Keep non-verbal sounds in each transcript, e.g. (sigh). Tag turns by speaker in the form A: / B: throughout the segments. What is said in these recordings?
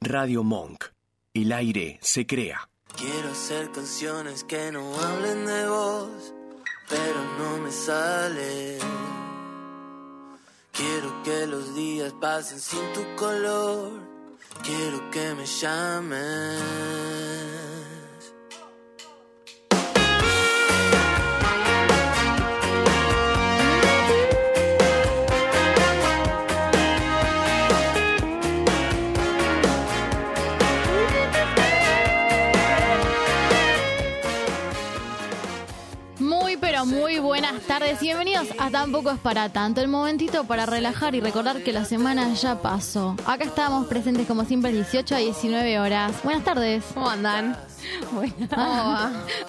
A: Radio Monk. El aire se crea.
B: Quiero hacer canciones que no hablen de vos, pero no me sale. Quiero que los días pasen sin tu color, quiero que me llames.
C: Muy pero muy buenas tardes y bienvenidos a Tampoco es para tanto, el momentito para relajar y recordar que la semana ya pasó. Acá estamos presentes como siempre 18 a 19 horas. Buenas tardes.
D: ¿Cómo andan? Bueno,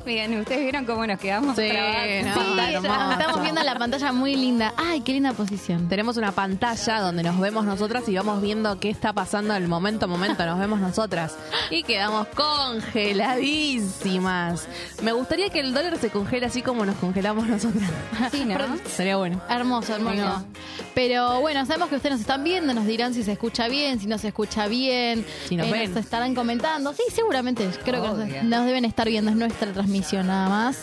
D: miren, ustedes vieron cómo nos quedamos
E: Sí,
D: trabados?
E: no,
C: Sí,
E: hermoso.
C: estamos viendo la pantalla muy linda. Ay, qué linda posición.
E: Tenemos una pantalla donde nos vemos nosotras y vamos viendo qué está pasando al momento a momento. Nos vemos nosotras y quedamos congeladísimas. Me gustaría que el dólar se congele así como nos congelamos nosotras.
D: Sí, ¿no?
E: Sería bueno.
C: Hermoso, hermoso.
E: Bueno.
C: Pero bueno, sabemos que ustedes nos están viendo, nos dirán si se escucha bien, si no se escucha bien, Eh,
E: Si nos ven.
C: nos estarán comentando. Sí, seguramente, creo que nos,
D: Obvio.
C: nos deben estar viendo, es nuestra transmisión nada más.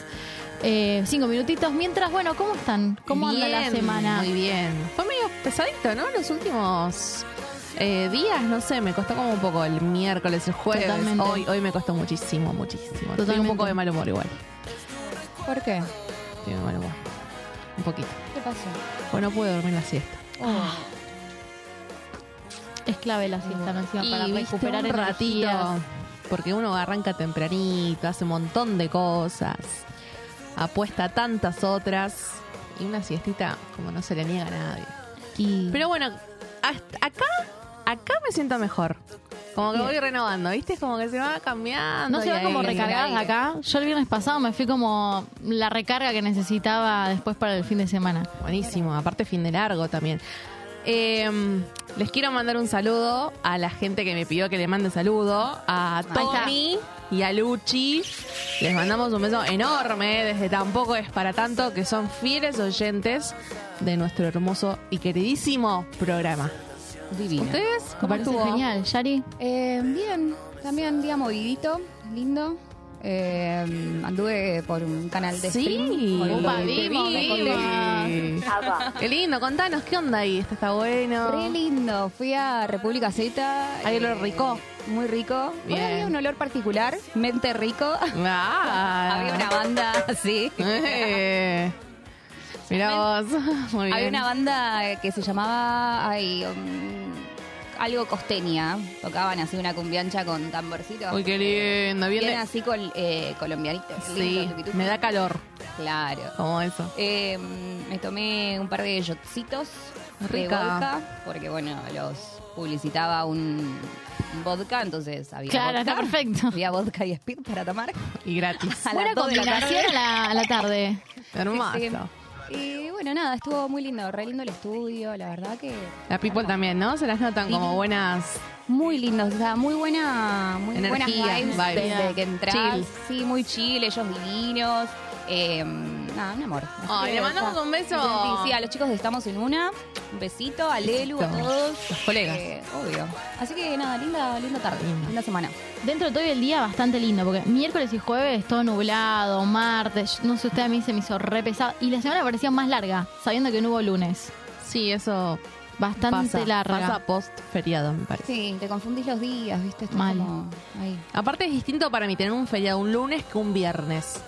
C: Eh, cinco minutitos. Mientras, bueno, ¿cómo están? ¿Cómo anda la
E: Bien,
C: semana?
E: Muy bien. Fue medio pesadito, ¿no? Los últimos eh, días, no sé, me costó como un poco el miércoles, el jueves.
C: Totalmente.
E: Hoy, hoy me costó muchísimo, muchísimo. Estoy un
C: Totalmente.
E: poco de mal humor igual.
D: ¿Por qué?
E: Estoy de mal humor. Un poquito.
D: ¿Qué pasó?
E: Bueno, no pude dormir la siesta.
C: Oh. Es clave la siesta, ¿no? Encima, para
E: Y, viste,
C: recuperar
E: un ratito,
C: energías.
E: Porque uno arranca tempranito, hace un montón de cosas, apuesta a tantas otras y una siestita como no se le niega a nadie.
C: Y-
E: Pero bueno, hasta acá, acá me siento mejor. Como que voy renovando, ¿viste? Es como que se va cambiando.
C: ¿No se
E: y
C: va
E: ahí
C: como
E: el
C: recargadas
E: aire.
C: acá? Yo el viernes pasado me fui como la recarga que necesitaba después para el fin de semana.
E: Buenísimo, aparte fin de largo también. Eh, les quiero mandar un saludo a la gente que me pidió que le mande saludo, a
C: está.
E: Tommy y a Luchi. Les mandamos un beso enorme desde Tampoco es para tanto, que son fieles oyentes de nuestro hermoso y queridísimo programa.
D: Divino.
E: ¿Ustedes?
C: Me
E: ¿Cómo
C: parece
E: estuvo?
C: genial, Yari.
D: Eh, bien, también día movidito, lindo. Eh, anduve por un canal de
E: Sí.
D: streaming. por
E: Opa,
D: lo que te
C: vimos,
D: vi,
C: vimos.
E: Sí. Qué lindo, contanos, ¿qué onda ahí? ¿Esto está bueno?
D: Re lindo. Fui a República Z.
E: Ahí lo rico.
D: Muy rico. Hoy
E: Bien.
D: había un olor particular. Mente rico. (laughs)
E: Ah.
D: Había una banda (laughs) así.
E: (laughs) Eh. Mirá vos. Muy bien.
D: Había una banda eh, que se llamaba ay, um, algo costeña. Tocaban así una cumbiancha con tamborcito.
E: Uy, qué lindo. Bien,
D: Bien
E: le-
D: así col, eh, colombianitos.
E: Sí,
D: lindos, tuquitufos.
E: me da calor,
D: Claro.
E: como eso.
D: Eh, me tomé un par de shotcitos de
E: Rica.
D: vodka, porque bueno, los publicitaba un un vodka, entonces había
C: Claro,
D: vodka.
C: está perfecto.
D: Había vodka y speed para tomar.
E: Y (laughs) gratis.
D: A
C: Buena
D: las dos de la
C: combinación a
D: tarde.
C: la, a la tarde.
E: Hermoso.
D: Sí. Em, Y bueno, nada, estuvo muy lindo, re lindo el estudio, la verdad que...
E: La people también, ¿no? Se las notan como buenas.
D: Muy lindo, o sea, muy buena, muy
E: Energía,
D: buenas vibes,
E: vibes.
D: desde que entras.
E: Chill.
D: Sí, muy chill, ellos divinos. Eh, nada, un amor. Así
E: Ay,
D: que,
E: le mandamos
D: o sea,
E: un beso.
D: Sí, sí, a los chicos de Estamos en Una. Un besito, a Lelu, a
E: Besito.
D: todos.
E: Los colegas.
D: Eh, obvio. Así que nada, linda, linda tarde,
E: Lindo.
D: linda semana.
C: Dentro de todo el día bastante lindo, porque miércoles y jueves todo nublado, martes, no sé usted, a mí se me hizo re pesado. Y la semana parecía más larga, sabiendo que no hubo lunes.
E: Sí, eso
C: Bastante
E: pasa.
C: larga.
E: Pasa post feriado, me parece.
D: Sí, te confundís los días, viste, Estás
C: Mal.
D: como ahí.
E: Aparte es distinto para mí tener un feriado un lunes que un viernes.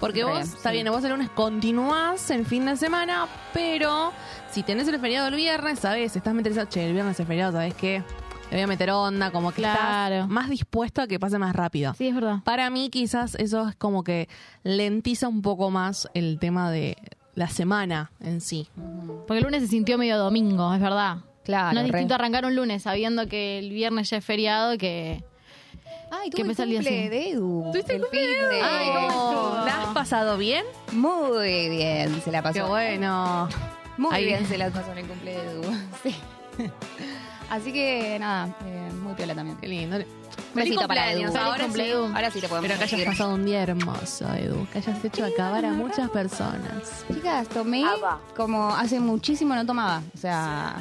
E: Porque
D: Re,
E: vos, está
D: sí.
E: bien, vos el lunes continuás en fin de semana, pero si tenés el feriado el viernes, sabés, estás mentalizado, che, el viernes es feriado, ¿sabés qué? Le voy a meter onda, como que
C: Claro.
E: estás más dispuesto a que pase más rápido.
C: Sí, es verdad.
E: Para mí quizás eso es como que lentiza un poco más el tema de la semana en sí.
C: Porque el lunes se sintió medio domingo, es verdad.
D: Claro,
C: no es
D: re.
C: distinto arrancar un lunes sabiendo que el viernes ya es feriado que...
D: Ay,
C: Que
D: tuve el
C: empezó el día
D: cumple
C: así.
D: de Edu.
E: ¿Tuviste el
D: fin
E: cumple
D: de-
E: Ay,
C: estuvo?
E: ¿La has pasado bien?
D: Muy bien, se la pasó.
E: Qué bueno.
D: Muy
E: Ahí.
D: bien se las pasó en el cumple
E: (laughs)
D: de Edu. Sí. Así que nada, eh, muy piola también.
E: Qué lindo. Feliz
D: besito para
E: cumpleaños.
D: Edu.
E: Ahora
C: cumple,
E: sí.
C: Edu.
D: Ahora sí te podemos
E: Pero que hayas
D: decir.
E: pasado un día hermoso, Edu. Que hayas hecho acabar a muchas personas.
D: Chicas, tomé como hace muchísimo no tomaba. O sea,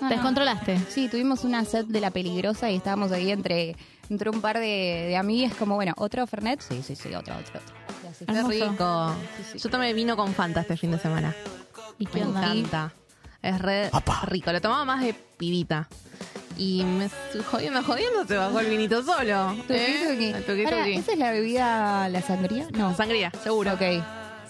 D: No,
C: Te
D: no.
C: descontrolaste.
D: Sí, tuvimos una set de La Peligrosa y estábamos ahí entre, entre un par de, de amigas, como, bueno, ¿otro Fernet? Sí, sí, sí, otro, otro, otro. Y así.
E: Qué rico.
D: Sí, sí.
E: Yo tomé vino con Fanta este fin de semana.
C: ¿Y
E: Me
C: qué onda?
E: encanta. Es re rico. Lo tomaba más de pibita. Y me su- jodiendo, jodiendo, se bajó el vinito solo.
D: Tuki, tuki.
E: ¿Eh? Tuki,
D: Ahora,
E: tuki.
D: ¿esa es la bebida, la sangría? No.
E: Sangría, seguro.
D: Ok,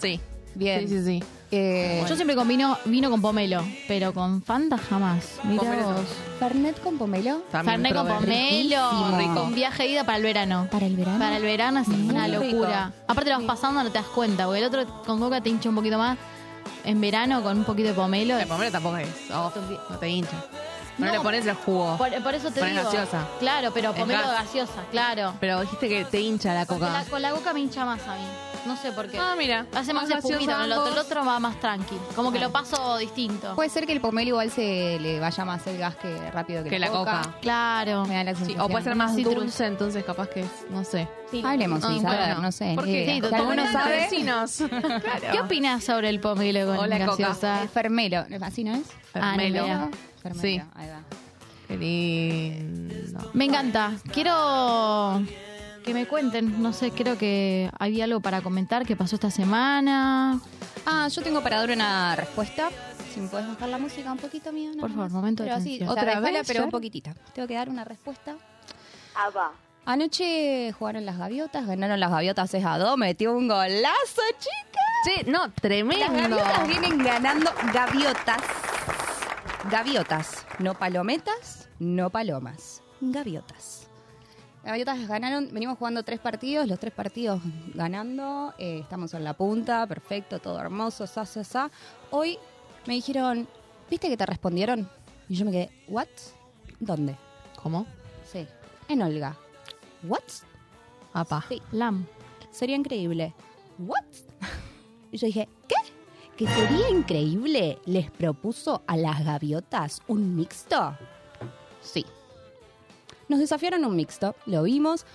E: Sí.
D: bien.
E: Sí, sí, sí.
D: Eh,
C: Yo siempre combino vino con pomelo, pero con Fanta jamás. Mira
E: Pomelo.
C: vos.
D: ¿Fernet con pomelo?
E: También
C: Fernet con
E: probé.
C: pomelo.
D: Riquísimo.
C: Un viaje de ida para el verano.
D: ¿Para el verano?
C: Para el verano es una
E: rico.
C: locura. Aparte lo vas pasando, no te das cuenta, porque el otro con coca te hincha un poquito más. En verano con un poquito de pomelo.
E: El pomelo tampoco es. off, no te hincha. No,
C: No.
E: le pones el jugo.
C: Por, por eso te
E: Pones
C: digo.
E: gaseosa.
C: Claro, pero
E: Es
C: pomelo
E: gas.
C: gaseosa, claro.
E: Pero dijiste que te hincha la
C: Porque
E: coca.
C: la- con la boca me hincha más a mí. No sé por qué.
E: Ah, mira.
C: Hace más
E: gaseosa
C: espumita, con el otro, el
E: ambos.
C: otro va más tranqui. Como que lo paso distinto.
D: Puede ser que el pomelo igual se le vaya más el gas que rápido que,
E: Que la coca.
C: claro.
D: Me da la
E: Sí,
D: sensación.
E: o puede ser más
C: Citrus.
E: dulce, entonces capaz que es, no sé.
C: Sí.
D: Hablemos, sí,
E: Ah,
D: a ver,
E: bueno.
D: no sé.
E: ¿Por
D: ni
E: qué?
D: idea.
E: Sí,
D: Que alguno
E: totalmente
D: sabe, (laughs) Ah,
E: vecinos.
C: ¿Qué
E: claro.
C: opinas sobre el pomelo con
E: O la coca.
C: gaseosa?
D: eh, Fermelo, ¿así no es?
C: Ah, ni
E: Fermelo.
C: idea.
D: Fermelo,
E: Sí.
D: ahí va.
E: Qué lindo.
C: Me encanta. Quiero que me cuenten. No sé, creo que había algo para comentar que pasó esta semana.
D: Ah, yo tengo para dar una respuesta. Si me puedes bajar la música un poquito, mía. nada
C: Por favor,
D: más.
C: momento de
D: pero así,
C: tensión.
D: o sea,
E: ¿Otra
D: dejala,
E: vez,
D: pero
E: Jar?
D: un poquitita. Tengo que dar una respuesta. Anoche jugaron las gaviotas, ganaron las gaviotas es a dos, metió un golazo, chicas.
E: Che, no,
D: Las
E: tremendo.
D: gaviotas vienen ganando gaviotas. Gaviotas, no palometas, no palomas. Gaviotas. Las gaviotas ganaron, venimos jugando tres partidos, los tres partidos ganando, eh, estamos en la punta, perfecto, todo hermoso, sa, sa, sa. Hoy me dijeron, ¿viste que te respondieron? Y yo me quedé, ¿what? ¿Dónde?
E: ¿Cómo?
D: Sí, en Olga. ¿What?
E: Apa.
D: Sí.
C: Lam.
D: Sería increíble. ¿What? (laughs) Y yo dije, ¿qué? ¿Que sería increíble? ¿Les propuso a las gaviotas un mixto? Sí. Nos desafiaron un mixto, lo vimos.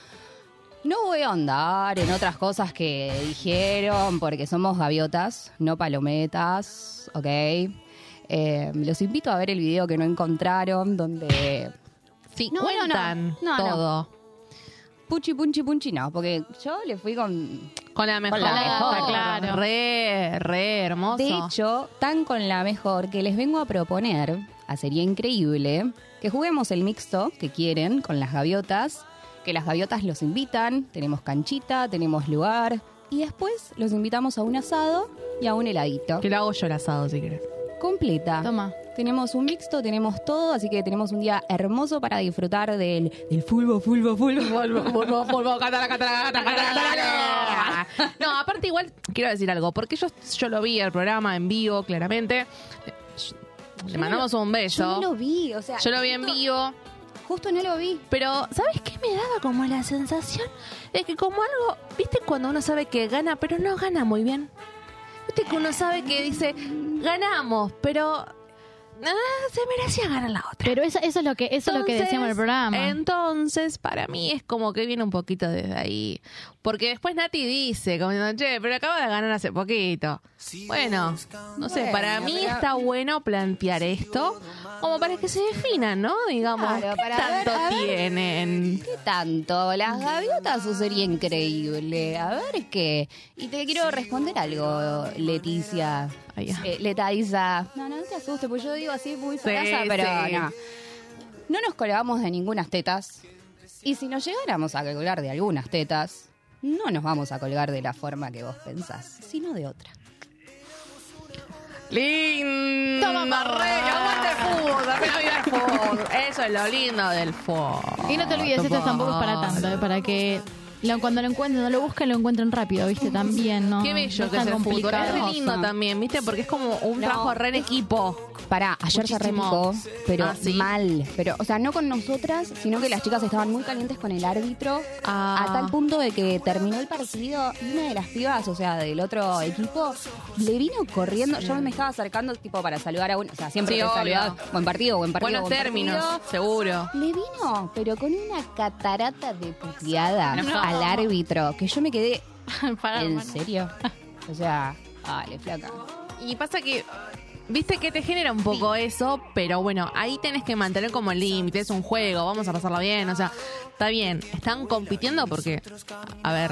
D: No voy a andar en otras cosas que dijeron, porque somos gaviotas, no palometas, ¿ok? Eh, los invito a ver el video que no encontraron, donde... Sí,
E: No, Cuentan todo.
D: Puchi, punchi, punchi, no, porque yo le fui con
E: Con la mejor.
D: la
C: mejor, claro.
E: Re, re hermoso.
D: De hecho, tan con la mejor que les vengo a proponer, a sería increíble, que juguemos el mixto que quieren con las gaviotas, que las gaviotas los invitan, tenemos canchita, tenemos lugar, y después los invitamos a un asado y a un heladito.
E: que lo hago yo el asado, si querés.
D: Completa.
C: Toma.
D: Tenemos un mixto, tenemos todo, así que tenemos un día hermoso para disfrutar del, del fulbo, fulbo, fulbo, fulbo, fulbo, fulbo.
E: No, aparte igual quiero decir algo, porque yo, yo lo vi el programa en vivo, claramente. Le mandamos un
D: Yo no
E: beso.
D: lo vi, o sea.
E: Yo lo vi en
D: justo-
E: vivo.
D: Justo no lo vi.
E: Pero, ¿sabes qué me daba como la sensación? De que como algo, ¿viste cuando uno sabe que gana, pero no gana muy bien? ¿Viste que uno sabe que dice, ganamos, pero ah, se merecía ganar la otra?
C: Pero eso, eso es lo que eso es lo que
E: Entonces,
C: decíamos en el programa.
E: Entonces, para mí es como que viene un poquito desde ahí. Porque después Nati dice, como diciendo, che, pero acaba de ganar hace poquito. Bueno, no sé,
D: Bueno,
E: para mí
D: pero-
E: está bueno plantear esto como para que se definan, ¿no? Digamos,
D: Claro,
E: ¿qué
D: para ver,
E: tanto
D: a ver.
E: tienen?
D: ¿Qué tanto? Las gaviotas o sería increíble. A ver qué. Y te quiero responder algo, Leticia.
E: Ay, ah.
D: Eh, Letaiza. No, no, no te asustes, porque yo digo así muy sacasa, pero
E: sí.
D: no. No nos colgamos de ninguna tetas. Y si nos llegáramos a colgar de algunas tetas, no nos vamos a colgar de la forma que vos pensás, sino de otra.
E: Lindo.
C: Toma,
E: Marrero, aguante el fútbol, apenas viva el fútbol. Eso es lo lindo del fútbol.
C: Y no te olvides, esto tampoco es para tanto, eh, para que lo- cuando lo encuentren, no lo busquen, lo encuentren rápido, ¿viste? También, ¿no?
E: Qué bello
C: Ah, no
E: que es
C: tan
E: el fútbol.
C: complicado. (laughs)
E: Es lindo también, ¿viste? Porque es como un
D: No.
E: trabajo re en equipo.
D: Pará, ayer se
E: Muchísimo.
D: repicó, pero
E: Ah, ¿sí?
D: mal. Pero, o sea, no con nosotras, sino que las chicas estaban muy calientes con el árbitro.
E: Ah.
D: A tal punto de que terminó el partido y una de las pibas, o sea, del otro equipo, le vino corriendo. Yo me estaba acercando, tipo, para saludar a uno. O sea, siempre
E: Sí,
D: te
E: obvio.
D: saludás, Buen partido, buen partido.
E: Buenos
D: buen
E: términos,
D: partido".
E: seguro.
D: Le vino, pero con una catarata de puteadas
E: No.
D: al árbitro, que yo me quedé.
C: Pará,
D: ¿En (laughs)
C: hermano.
D: serio? O sea, vale, flaca.
E: Y pasa que Viste que te genera un poco eso, pero bueno, ahí tenés que mantener como el límite, es un juego, vamos a pasarla bien, o sea, está bien, están compitiendo porque, a ver,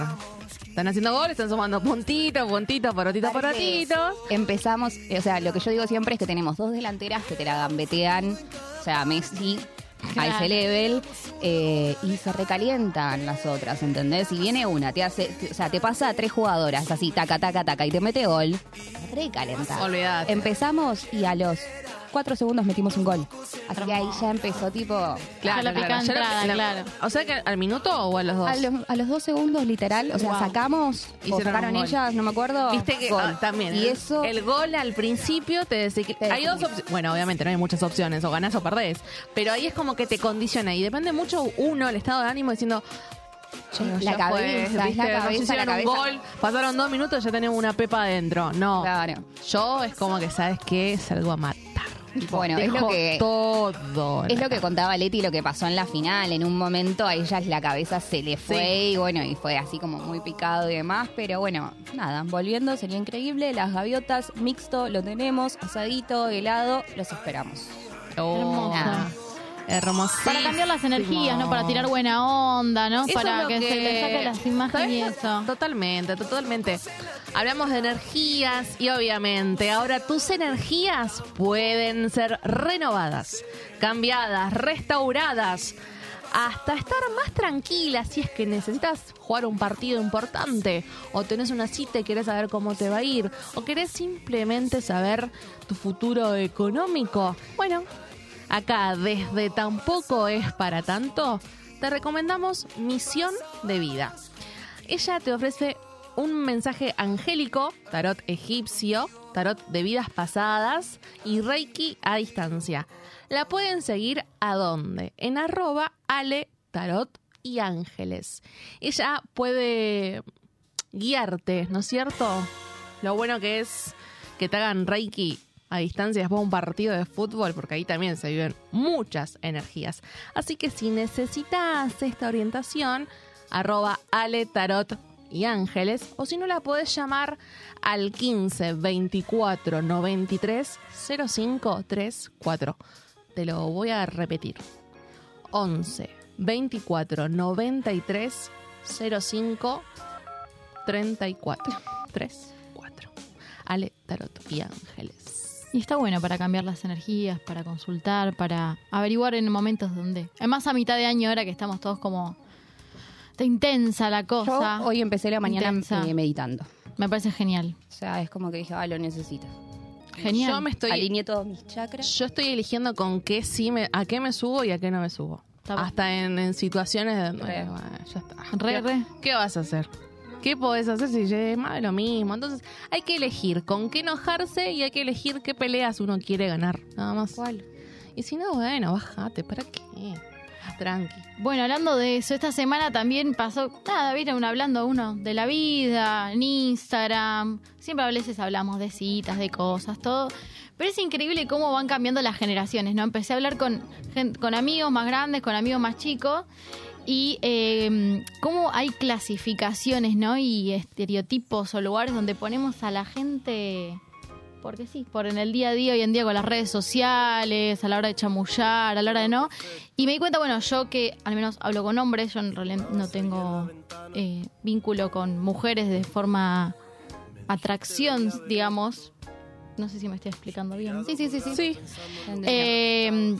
E: están haciendo goles, están sumando puntitos, puntitos, porotitos, porotitos.
D: Empezamos, eh, o sea, lo que yo digo siempre es que tenemos dos delanteras que te la gambetean, o sea, Messi a ese
C: Claro.
D: level, eh, y se recalientan las otras, ¿entendés? Si viene una, te hace, te- o sea, te pasa a tres jugadoras así, taca, taca, taca, y te mete gol, recalenta.
E: Olvidate.
D: Empezamos y a los cuatro segundos metimos un gol. Así que ahí ya empezó tipo...
C: Ya la pica
E: ya la-
C: entrada,
E: la-
C: claro.
E: O sea que al minuto o a los dos.
D: A los, a los dos segundos, literal, o sea,
E: Wow.
D: sacamos, o
E: Hicieron
D: sacaron
E: un gol.
D: ellas, no me acuerdo.
E: Viste que
D: gol.
E: ah, Eh, también.
D: Y
E: ¿eh?
D: eso...
E: El gol al principio te desequilibra.
D: Te
E: Hay dos
D: desequilibra.
E: opci- Bueno, obviamente no hay muchas opciones. O ganás o perdés. Pero ahí es como que te condiciona. Y depende mucho uno, el estado de ánimo, diciendo. "Che,
D: La
E: ya
D: cabeza,
E: fue,
D: es la
E: ¿viste? Nos
D: cabeza,
E: hicieron
D: la
E: un
D: cabeza".
E: gol. Pasaron dos minutos, ya tenemos una pepa adentro. No.
D: Claro.
E: Yo es como que sabes que salgo a matar. Tipo,
D: Bueno, es lo
E: dejo
D: que-
E: Todo. en
D: Es
E: la
D: lo que contaba Leti, lo que pasó en la final. En un momento a ellas la cabeza se le fue
E: Sí.
D: y bueno, y fue así como muy picado y demás. Pero bueno, nada, volviendo, sería increíble. Las gaviotas, mixto, lo tenemos, asadito, helado, los esperamos.
E: Oh,
D: Hermosa.
E: hermosísimo.
C: Para cambiar las energías, ¿no? Para tirar buena onda, ¿no?
E: Eso es
C: para
E: lo
C: que, se le saque las imágenes y
E: ¿sabes?
C: eso.
E: Totalmente, totalmente. Hablamos de energías y obviamente ahora tus energías pueden ser renovadas, cambiadas, restauradas, hasta estar más tranquilas si es que necesitas jugar un partido importante o tenés una cita y querés saber cómo te va a ir o querés simplemente saber tu futuro económico. Bueno, Acá, desde Tampoco es para tanto, te recomendamos Misión de Vida. Ella te ofrece un mensaje angélico, tarot egipcio, tarot de vidas pasadas y reiki a distancia. La pueden seguir a dónde? En arroba ale tarot y ángeles. Ella puede guiarte, ¿no es cierto? Lo bueno que es que te hagan Reiki a distancia después de un partido de fútbol, porque ahí también se viven muchas energías. Así que si necesitas esta orientación, arroba Ale Tarot y Ángeles, o si no la podés llamar al 15 24 93 05 34. Te lo voy a repetir. 11 24 93 05 34 3 4 Ale Tarot y Ángeles
C: Y está bueno para cambiar las energías, para consultar, para averiguar en momentos donde. Además, a mitad de año, ahora que estamos todos como. Está intensa la
D: Yo
C: cosa.
D: hoy empecé la mañana
C: intensa.
D: eh, meditando.
C: Me parece genial.
D: O sea, es como que dije, ah, lo necesito.
C: Genial.
E: Yo me estoy
D: Alineé todos mis chakras.
E: yo estoy eligiendo con qué sí me a qué me subo y a qué no me subo.
C: Está bueno.
E: Hasta en, en situaciones de
D: Re.
E: bueno, ya está.
C: Re,
E: ¿Qué-
C: re.
E: ¿Qué vas a hacer? ¿Qué podés hacer si ya es más de lo mismo? Entonces, hay que elegir con qué enojarse y hay que elegir qué peleas uno quiere ganar, nada más.
D: ¿Cuál?
E: Y si no, bueno, bájate, ¿para qué? Tranqui.
C: Bueno, hablando de eso, esta semana también pasó, nada, vieron hablando uno de la vida, en Instagram, siempre a veces hablamos de citas, de cosas, todo, pero es increíble cómo van cambiando las generaciones, ¿no? Empecé a hablar con, gen- con amigos más grandes, con amigos más chicos, y eh, cómo hay clasificaciones, ¿no? Y estereotipos o lugares donde ponemos a la gente... Porque sí, por en el día a día, hoy en día con las redes sociales, a la hora de chamullar, a la hora de no. Y me di cuenta, bueno, yo que al menos hablo con hombres, yo en realidad no tengo eh, vínculo con mujeres de forma atracción, digamos. No sé si me estoy explicando bien. Sí, sí, sí, sí.
E: Sí,
C: Eh,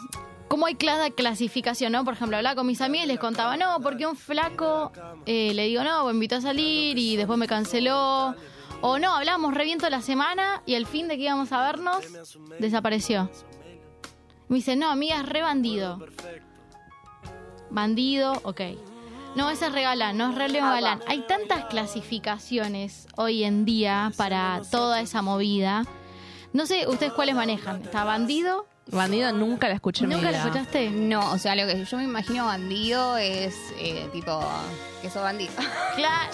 C: ¿Cómo hay cada clasificación, no? Por ejemplo, hablaba con mis amigas y les contaba, no, porque un flaco eh, le digo, no, me invitó a salir y después me canceló. O no, hablábamos reviento la semana y el fin de que íbamos a vernos desapareció. Me dice, no, amiga, es re bandido. Bandido, ok. No, ese es regalán, no es re Leo galán. Hay tantas clasificaciones hoy en día para toda esa movida. No sé ustedes cuáles manejan. ¿Está bandido?
E: bandido nunca la escuché en mi
C: ¿Nunca la
E: vida.
C: escuchaste?
D: No, o sea, lo que yo me imagino bandido es eh, tipo, que sos bandido.
C: Claro.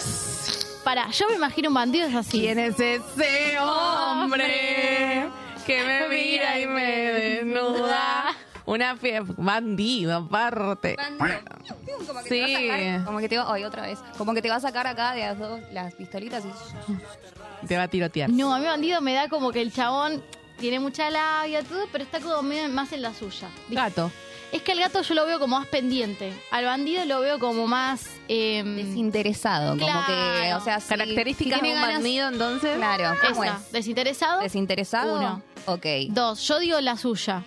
C: Para, yo me imagino un bandido es así.
E: ¿Quién es ese hombre que me mira y me desnuda? Una fiesta, bandido aparte.
D: Como
E: Sí.
D: que, te va a sacar, como que te va, ay, otra vez. Como que te va a sacar acá de las dos las pistolitas y
E: Te va a tirotear.
C: No, a mí bandido me da como que el chabón tiene mucha labia, todo, pero está como medio más en la suya. ¿viste?
E: Gato.
C: Es que al gato yo lo veo como más pendiente. Al bandido lo veo como más. em,
D: Desinteresado, como que,
C: Claro.
D: o sea, si-
E: Características
D: si Ah, tiene
E: de un
D: ganas-
E: bandido, entonces.
D: Claro, ¿cómo
C: esa,
D: es?
C: desinteresado.
D: ¿Desinteresado?
C: Uno.
D: Ok.
C: Dos, yo digo la suya.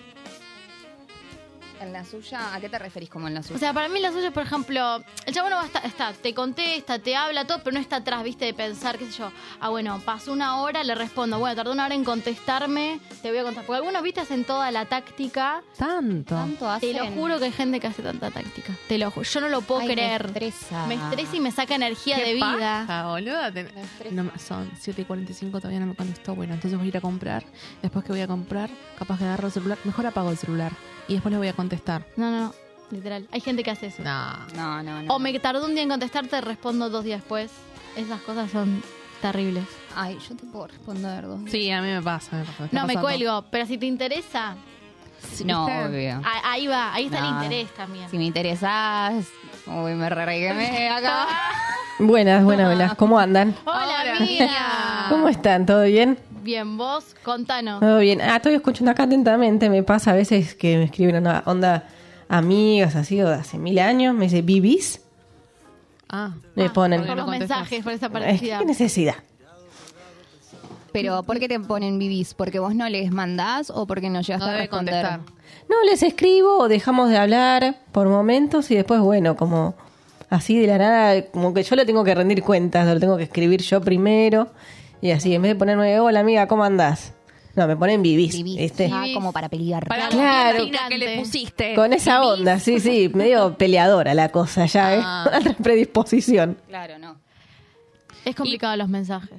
D: ¿En la suya? ¿A qué te referís como en la suya?
C: O sea, para mí la suya, por ejemplo, el chabón no va a estar, está, te contesta, te habla, todo, pero no está atrás, viste, de pensar, qué sé yo. Ah, bueno, pasó una hora, le respondo, bueno, tardó una hora en contestarme, te voy a contar. Porque algunos, viste, hacen toda la táctica.
E: Tanto.
D: ¿Tanto
C: Te lo juro que hay gente que hace tanta táctica. Te lo juro. Yo no lo puedo creer.
D: Me estresa.
C: Me estresa y me saca energía
E: Qué
C: de vida.
E: paja, boluda. Ten-
D: Me estresa.
E: No, son 7 y 45, todavía no me contestó. Bueno, entonces voy a ir a comprar. Después que voy a comprar, capaz que agarro el celular. Mejor apago el celular. Y después le voy a contestar.
C: No, no, no. Literal. Hay gente que hace eso.
E: No.
D: No, no, no.
C: O me tardó un día en contestar, te respondo dos días después. Esas cosas son terribles.
D: Ay, yo te puedo responder dos.
E: Sí, a mí me pasa. me pasa, está
C: No, me
E: pasando.
C: cuelgo. Pero si te interesa,
E: Sí,
D: No,
E: ¿viste?
D: obvio.
C: a- ahí va. Ahí está
D: No.
C: Ah, el interés también.
D: Si me interesás. Uy, me re reguemé acá.
F: Buenas, buenas, buenas. ¿Cómo andan?
C: Hola,
E: Ahora.
C: amiga.
F: ¿Cómo están? ¿Todo bien?
C: Bien, vos, contanos.
F: Todo bien. Ah, estoy escuchando acá atentamente. Me pasa a veces que me escriben una onda amigas así o de hace mil años. Me dice, ¿vivís?
E: Ah.
F: Me ponen.
E: porque
C: Por
E: no
C: los
E: contestás.
C: mensajes, por esa
F: Es que
C: partida.
F: qué necesidad.
D: Pero, ¿por qué te ponen vivís? ¿Porque vos no les mandás o porque no llegaste
E: No
D: a
E: debe
D: responder?
E: contestar.
F: No, les escribo o dejamos de hablar por momentos y después, bueno, como así de la nada, como que yo le tengo que rendir cuentas, lo tengo que escribir yo primero. Y así, en vez de ponerme, hola amiga, ¿cómo andás? No, me ponen vivís,
D: Vivís.
E: Este
F: ¿viste?
D: Ah, como para pelear.
E: Para
F: Claro.
E: la Argentina que le pusiste.
F: Con esa onda, sí, sí, medio peleadora la cosa ya, ¿eh?
E: Ah.
F: (laughs) Otra predisposición.
D: Claro, no.
C: Es complicado los mensajes.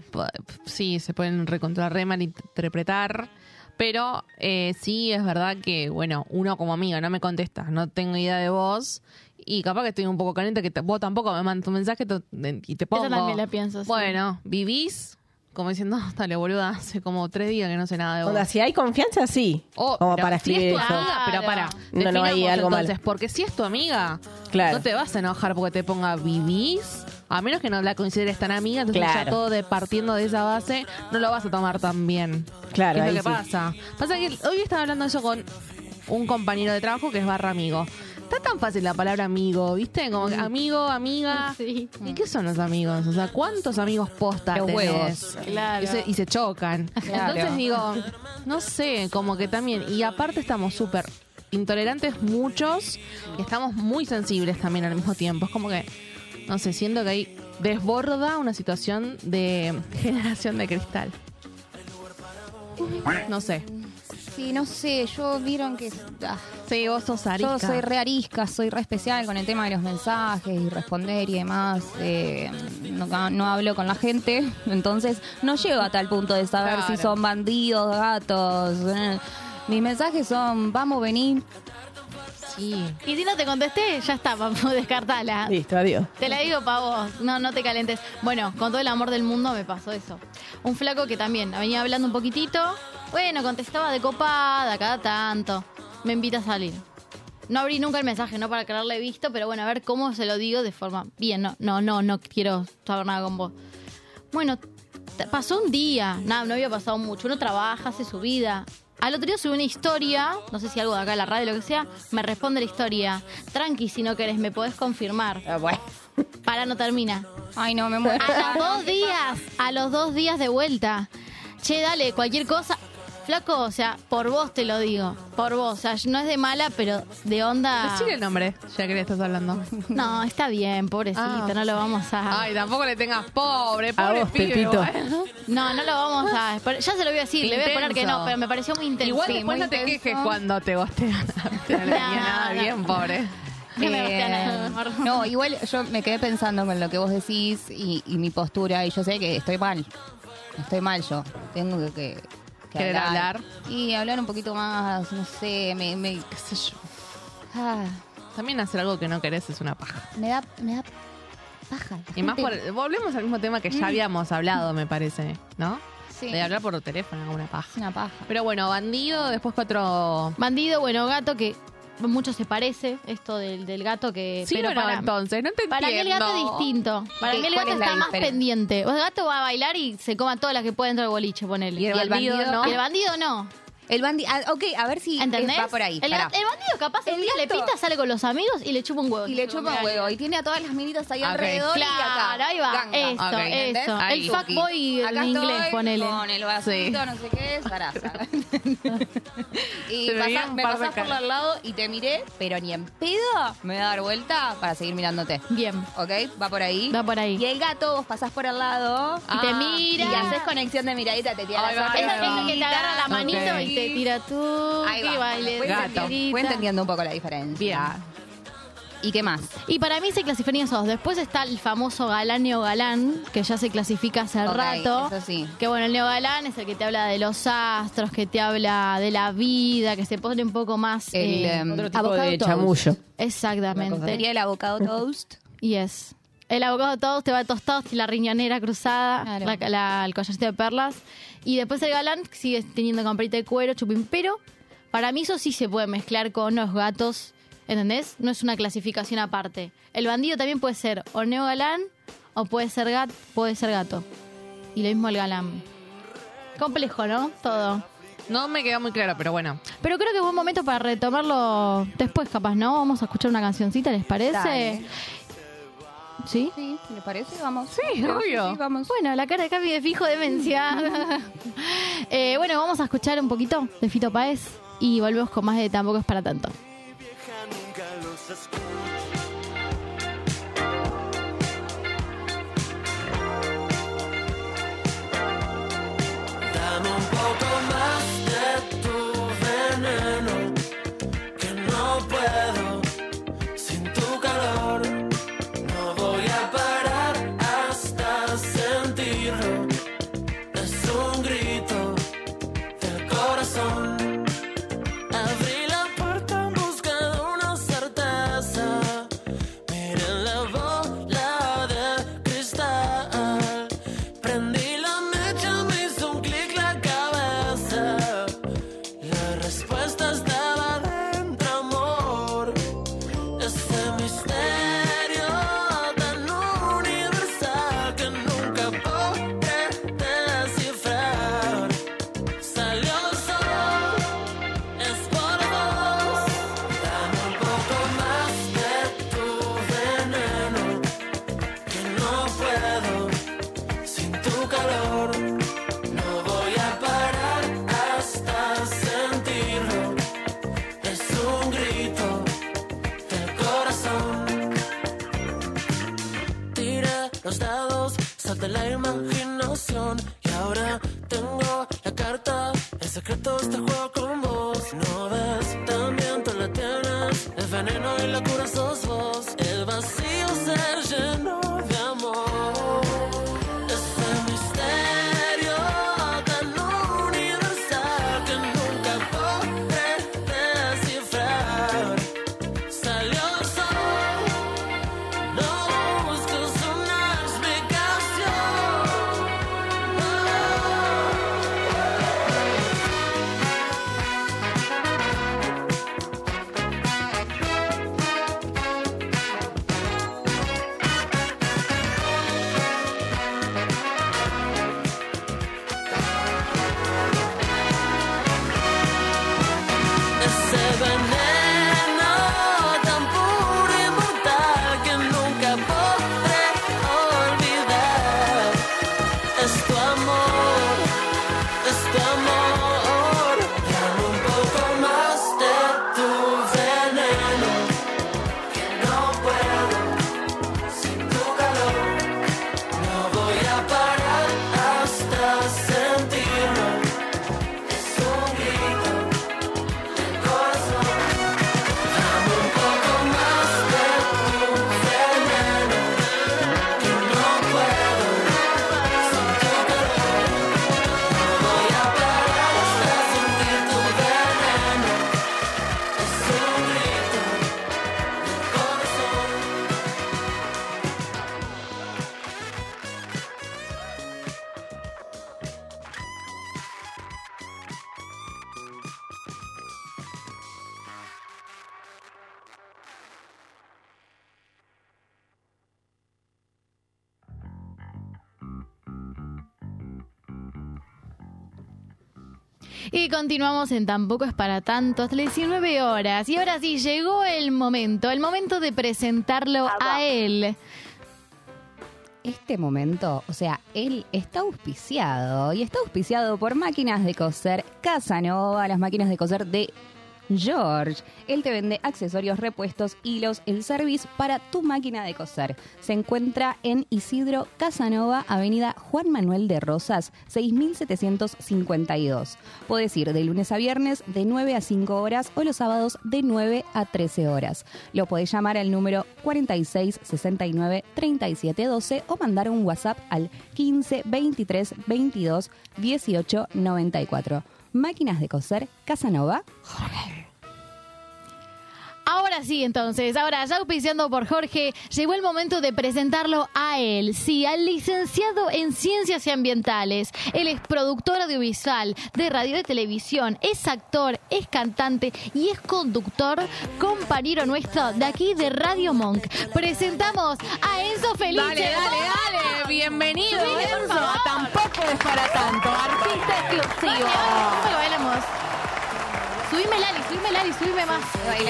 E: sí, se pueden recontra re malinterpretar. Pero eh, sí, es verdad que, bueno, uno como amiga no me contesta, no tengo idea de vos. Y capaz que estoy un poco caliente, que te- vos tampoco me mandas un mensaje to- de- y te pongo.
C: también la pienso, sí.
E: Bueno, vivís como diciendo, (laughs) dale, boluda, hace como tres días que no sé nada de vos.
F: Onda, si hay confianza, sí.
E: Oh,
F: como
E: pero
F: para
E: si
F: escribir
E: es tu
F: eso.
E: amiga, pero para.
F: No, no, hay
E: definamos
F: algo mal.
E: entonces, porque si es tu amiga,
F: Claro.
E: no te vas a enojar porque te ponga vivís, a menos que no la consideres tan amiga, entonces
F: Claro.
E: ya todo de partiendo de esa base, no lo vas a tomar tan bien. ¿Qué
F: Claro,
E: es
F: ahí
E: lo que
F: sí.
E: pasa? Pasa que hoy estaba hablando eso con un compañero de trabajo que es barra amigo. Está tan fácil la palabra amigo, ¿viste? Como que amigo, amiga.
C: Sí.
E: ¿Y qué son los amigos? O sea, ¿cuántos amigos posta
D: Los
E: tenés?
D: huevos.
C: Claro.
E: Y se, y se chocan.
D: Claro.
E: Entonces digo, no sé, como que también. Y aparte estamos súper intolerantes muchos y estamos muy sensibles también al mismo tiempo. Es como que, no sé, siento que ahí desborda una situación de (laughs) generación de cristal. No sé.
D: Sí, no sé, yo vieron que... ah,
E: Sí, vos sos arisca.
D: Yo soy re arisca, soy re especial con el tema de los mensajes y responder y demás. Eh, no, no hablo con la gente, (laughs) entonces no llego a tal punto de saber
E: Claro.
D: si son bandidos, gatos. eh. Mis mensajes son, vamos, venir.
E: Sí.
C: Y si no te contesté, ya está, papu, descartala.
F: Listo, adiós.
C: Te la digo para vos, no, no te calentes. Bueno, con todo el amor del mundo me pasó eso. Un flaco que también venía hablando un poquitito, bueno, contestaba de copada, cada tanto. Me invita a salir. No abrí nunca el mensaje, no para creerle visto, pero bueno, a ver cómo se lo digo de forma bien. No, no, no, no quiero saber nada con vos. Bueno, t- pasó un día, nada, no había pasado mucho. Uno trabaja, hace su vida. Al otro día subí una historia, no sé si algo de acá de la radio, lo que sea, me responde la historia. Tranqui, si no querés, me podés confirmar.
F: Ah, bueno.
C: Para no termina.
D: Ay, no, me muero.
C: (laughs) A los dos días, a los dos días de vuelta. Che, dale, cualquier cosa. Flaco, o sea, por vos te lo digo. Por vos. O sea, no es de mala, pero de onda.
E: Decile el nombre, ya que le estás hablando.
C: No, está bien, pobrecito,
E: Ah.
C: no lo vamos a.
E: Ay, tampoco le tengas pobre,
F: A
E: pobre
F: vos,
E: pibe,
F: Pepito.
E: bueno.
C: No, no lo vamos a. pero Ya se lo voy a decir, le voy a poner que
E: Intenso.
C: no, pero me pareció muy intenso.
E: Igual
C: Sí,
E: después
C: muy
E: no te
C: intenso.
E: quejes cuando te gostean.
C: (laughs)
E: Te no, le venía nada
C: no.
E: bien, pobre. (laughs)
C: (laughs) No me gusta
D: Eh,
C: nada.
D: no, igual yo me quedé pensando con lo que vos decís y, y mi postura y yo sé que estoy mal. Estoy mal yo. Tengo que, que, que
E: ¿Querer hablar?
D: Y hablar un poquito más, no sé, me... me-
E: Qué sé yo.
D: ah,
E: También hacer algo que no querés es una paja.
D: me da... Me da paja.
E: Y más por, volvemos al mismo tema que
C: Mm.
E: ya habíamos hablado, me parece, ¿no?
D: Sí.
E: De hablar por teléfono, una
D: Es
E: paja.
D: una paja.
E: Pero bueno, bandido, después que otro...
C: Bandido, bueno, gato que mucho se parece esto del, del gato que...
E: Sí,
C: pero
E: eh, pero
C: para,
E: entonces, no te
C: para mí el gato es
E: entiendo.
C: distinto. Para
D: ¿Qué-
C: mí el
D: cuál
C: gato
D: es la
C: está más
D: diferencia?
C: pendiente. O el gato va a bailar y se coma todas las que puede dentro del boliche, ponele.
D: Y el bandido, ¿no?
C: Y el bandido no.
D: El bandido. ok, a ver si
C: ¿Entendés?
D: va por ahí.
C: El,
D: pará.
C: ga- el bandido capaz
D: El
C: un día le
D: gato-
C: pinta, sale con los amigos y le chupa un huevo.
D: Y le chupa
C: Mira,
D: huevo. Y tiene a todas las minitas ahí
E: Ok.
D: alrededor y acá.
C: Claro, ahí va.
D: Ganga.
C: Eso,
E: Ok.
C: eso.
E: Ahí.
C: El fuckboy en
D: Acá
C: inglés,
D: estoy
C: ponele.
D: Con el vasito,
E: Sí.
D: no sé qué, zaraza. y
E: Se me
D: pasás-
E: veían un
D: me
E: par de
D: pasás por
E: caras.
D: al lado y te miré, pero ni en pedo me voy a dar vuelta para seguir mirándote.
C: Bien.
D: ¿Ok? Va por ahí.
C: Va por ahí. Ah.
D: Y el gato, vos pasás por al lado.
C: Y te mira.
D: Ah, Y haces conexión de miradita, te tira
E: Ahí
D: la
E: va, ahí
C: Esa
E: va.
C: gente que te agarra la manito y te tira tú.
D: Ahí
C: y
D: va.
C: baile.
D: Fue
E: Gato.
D: entendiendo- fue entendiendo un poco la diferencia.
E: Bien.
D: ¿Y qué más?
C: Y para mí se clasifican esos. Después está el famoso galán neogalán, que ya se clasifica hace
D: Ok,
C: rato.
D: eso sí.
C: Que bueno, el neogalán es el que te habla de los astros, que te habla de la vida, que se pone un poco más.
D: El,
C: eh,
D: em,
F: Otro tipo
D: Avocado
F: de
D: toast.
F: chamullo.
D: Sería
C: exactamente.
D: el abocado toast.
C: Yes. El abogado todos te va tostado, la riñonera cruzada,
D: Claro.
C: la- la- el collarcito de perlas. Y después el galán sigue teniendo camperita de cuero, chupín. Pero para mí eso sí se puede mezclar con los gatos, ¿entendés? No es una clasificación aparte. El bandido también puede ser o neogalán o puede ser, gat, puede ser gato. Y lo mismo el galán. Complejo, ¿no? Todo.
E: No me quedó muy claro, pero bueno.
C: Pero creo que es buen momento para retomarlo después, capaz, ¿no? Vamos a escuchar una cancioncita, ¿les parece?
D: Dale.
C: ¿Sí?
D: Sí, ¿le parece? Vamos. Sí,
E: obvio.
D: Sí, vamos.
C: Bueno, la cara de Capi de fijo demencia. Eh, bueno, vamos a escuchar un poquito de Fito Paez y volvemos con más de Tampoco es para tanto.
B: vieja nunca los escucha. Dame un poco más de tu veneno, que no puedo sin tu calor. No voy a parar hasta sentirlo. Es un grito del corazón. Abrí la puerta en busca de una certeza. Miren la bola de cristal. Prendí la mecha, me hizo un clic la cabeza. La respuesta estaba dentro, amor. Este misterio tan universal que nunca podré descifrar. Salió el sol. Es por vos, dame un poco más de tu veneno, que no puedo sin tu calor. No voy a parar hasta sentirlo. Es un grito del corazón. Tira los dados, salte la imaginación. Y ahora tengo la carta. El secreto de este juego con vos. No ves, también tú la tienes. El veneno y la cura sos vos. El vacío se llenó de amor. Ese misterio tan universal que nunca podré descifrar. Salió el sol. No buscas una explicación.
C: Y continuamos en Tampoco es para tanto hasta las 19 horas. Y ahora sí, llegó el momento, el momento de presentarlo a él.
D: Este momento, o sea, él está auspiciado y está auspiciado por máquinas de coser Casanova, las máquinas de coser de George. Él te vende accesorios, repuestos, hilos, el service para tu máquina de coser. Se encuentra en Isidro Casanova, Avenida Juan Manuel de Rosas, 6752. Podés ir de lunes a viernes de 9 a 5 horas o los sábados de 9 a 13 horas. Lo podés llamar al número 46 69 37 12 o mandar un WhatsApp al 15 23 22 18 94. Máquinas de coser Casanova.
C: Ahora sí, entonces, ahora ya auspiciando por Jorge, llegó el momento de presentarlo a él, sí, al licenciado en Ciencias y Ambientales. Él es productor audiovisual de radio y televisión, es actor, es cantante y es conductor, compañero nuestro de aquí de Radio Monk. Presentamos a Enzo Felice.
E: Dale, dale, dale. Bienvenido,
C: Subile, por
E: Enzo.
C: favor.
E: Tampoco es para tanto. Artista
C: Vale, vale,
E: exclusivo.
C: nosotros bailamos. Subime, Lali, subime, Lali, subime más.
E: Dale.
C: El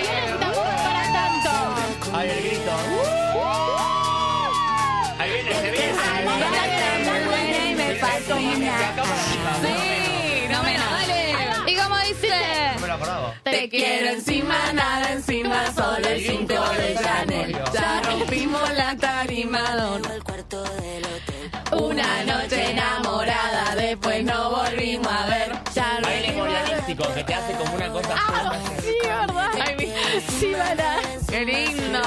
C: viernes está muy para tanto.
G: Ay, el grito. Ahí viene, se viene.
E: Sí, no me dale. ¿Y cómo dice?
G: Me lo acordaba.
E: Te quiero encima, nada encima, solo el cinto de Chanel. Ya rompimos la tarima, don. Una noche enamorada, después no volvimos a ver. Ya
G: Ahí viene coreanístico, que te hace como una cosa.
E: Ah,
C: Sí, ¿verdad? Sí, para.
E: ¡Qué lindo!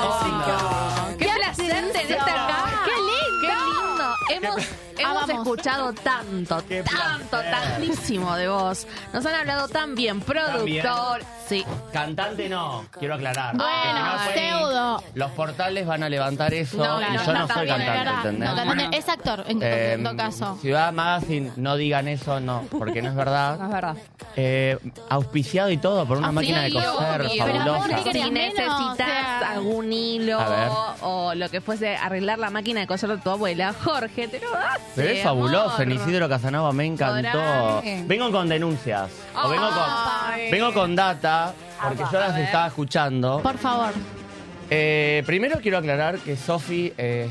E: ¡Qué placer tenerte acá!
C: ¡Qué lindo!
E: ¡Qué lindo! Hemos, hemos
C: Amamos.
E: escuchado tanto,
G: Qué
E: tanto,
G: placer.
E: tantísimo de vos. Nos han hablado tan bien,
G: bien.
E: productor. Sí.
G: Cantante no, quiero aclarar.
C: Bueno,
G: Porque si no fue-
C: pseudo.
G: Los portales van a levantar eso
E: No,
G: y
E: no, no
G: yo no
E: está
G: soy
E: bien,
G: cantante,
E: es verdad.
G: ¿entendés?
C: No, cantante, es actor, en, en todo
G: Eh,
C: caso.
G: Ciudad Magazine, no digan eso, no, porque no es
D: No
G: verdad.
D: es verdad.
G: Eh, auspiciado y todo por una máquina de coser
E: Obvio.
C: Pero amor,
G: fabulosa.
C: ¿qué querías
E: Si
C: menos?
E: necesitas
C: O sea-
E: algún
G: A ver.
E: hilo o lo que fuese, arreglar la máquina de coser de tu abuela, Jorge, te lo das.
G: Pero es fabuloso, en Isidro Casanova me encantó.
E: Dorame.
G: Vengo con denuncias. o vengo
E: Ay.
G: con, vengo con data, porque yo las estaba escuchando.
C: Por favor.
G: Eh, primero quiero aclarar que Sofi, eh,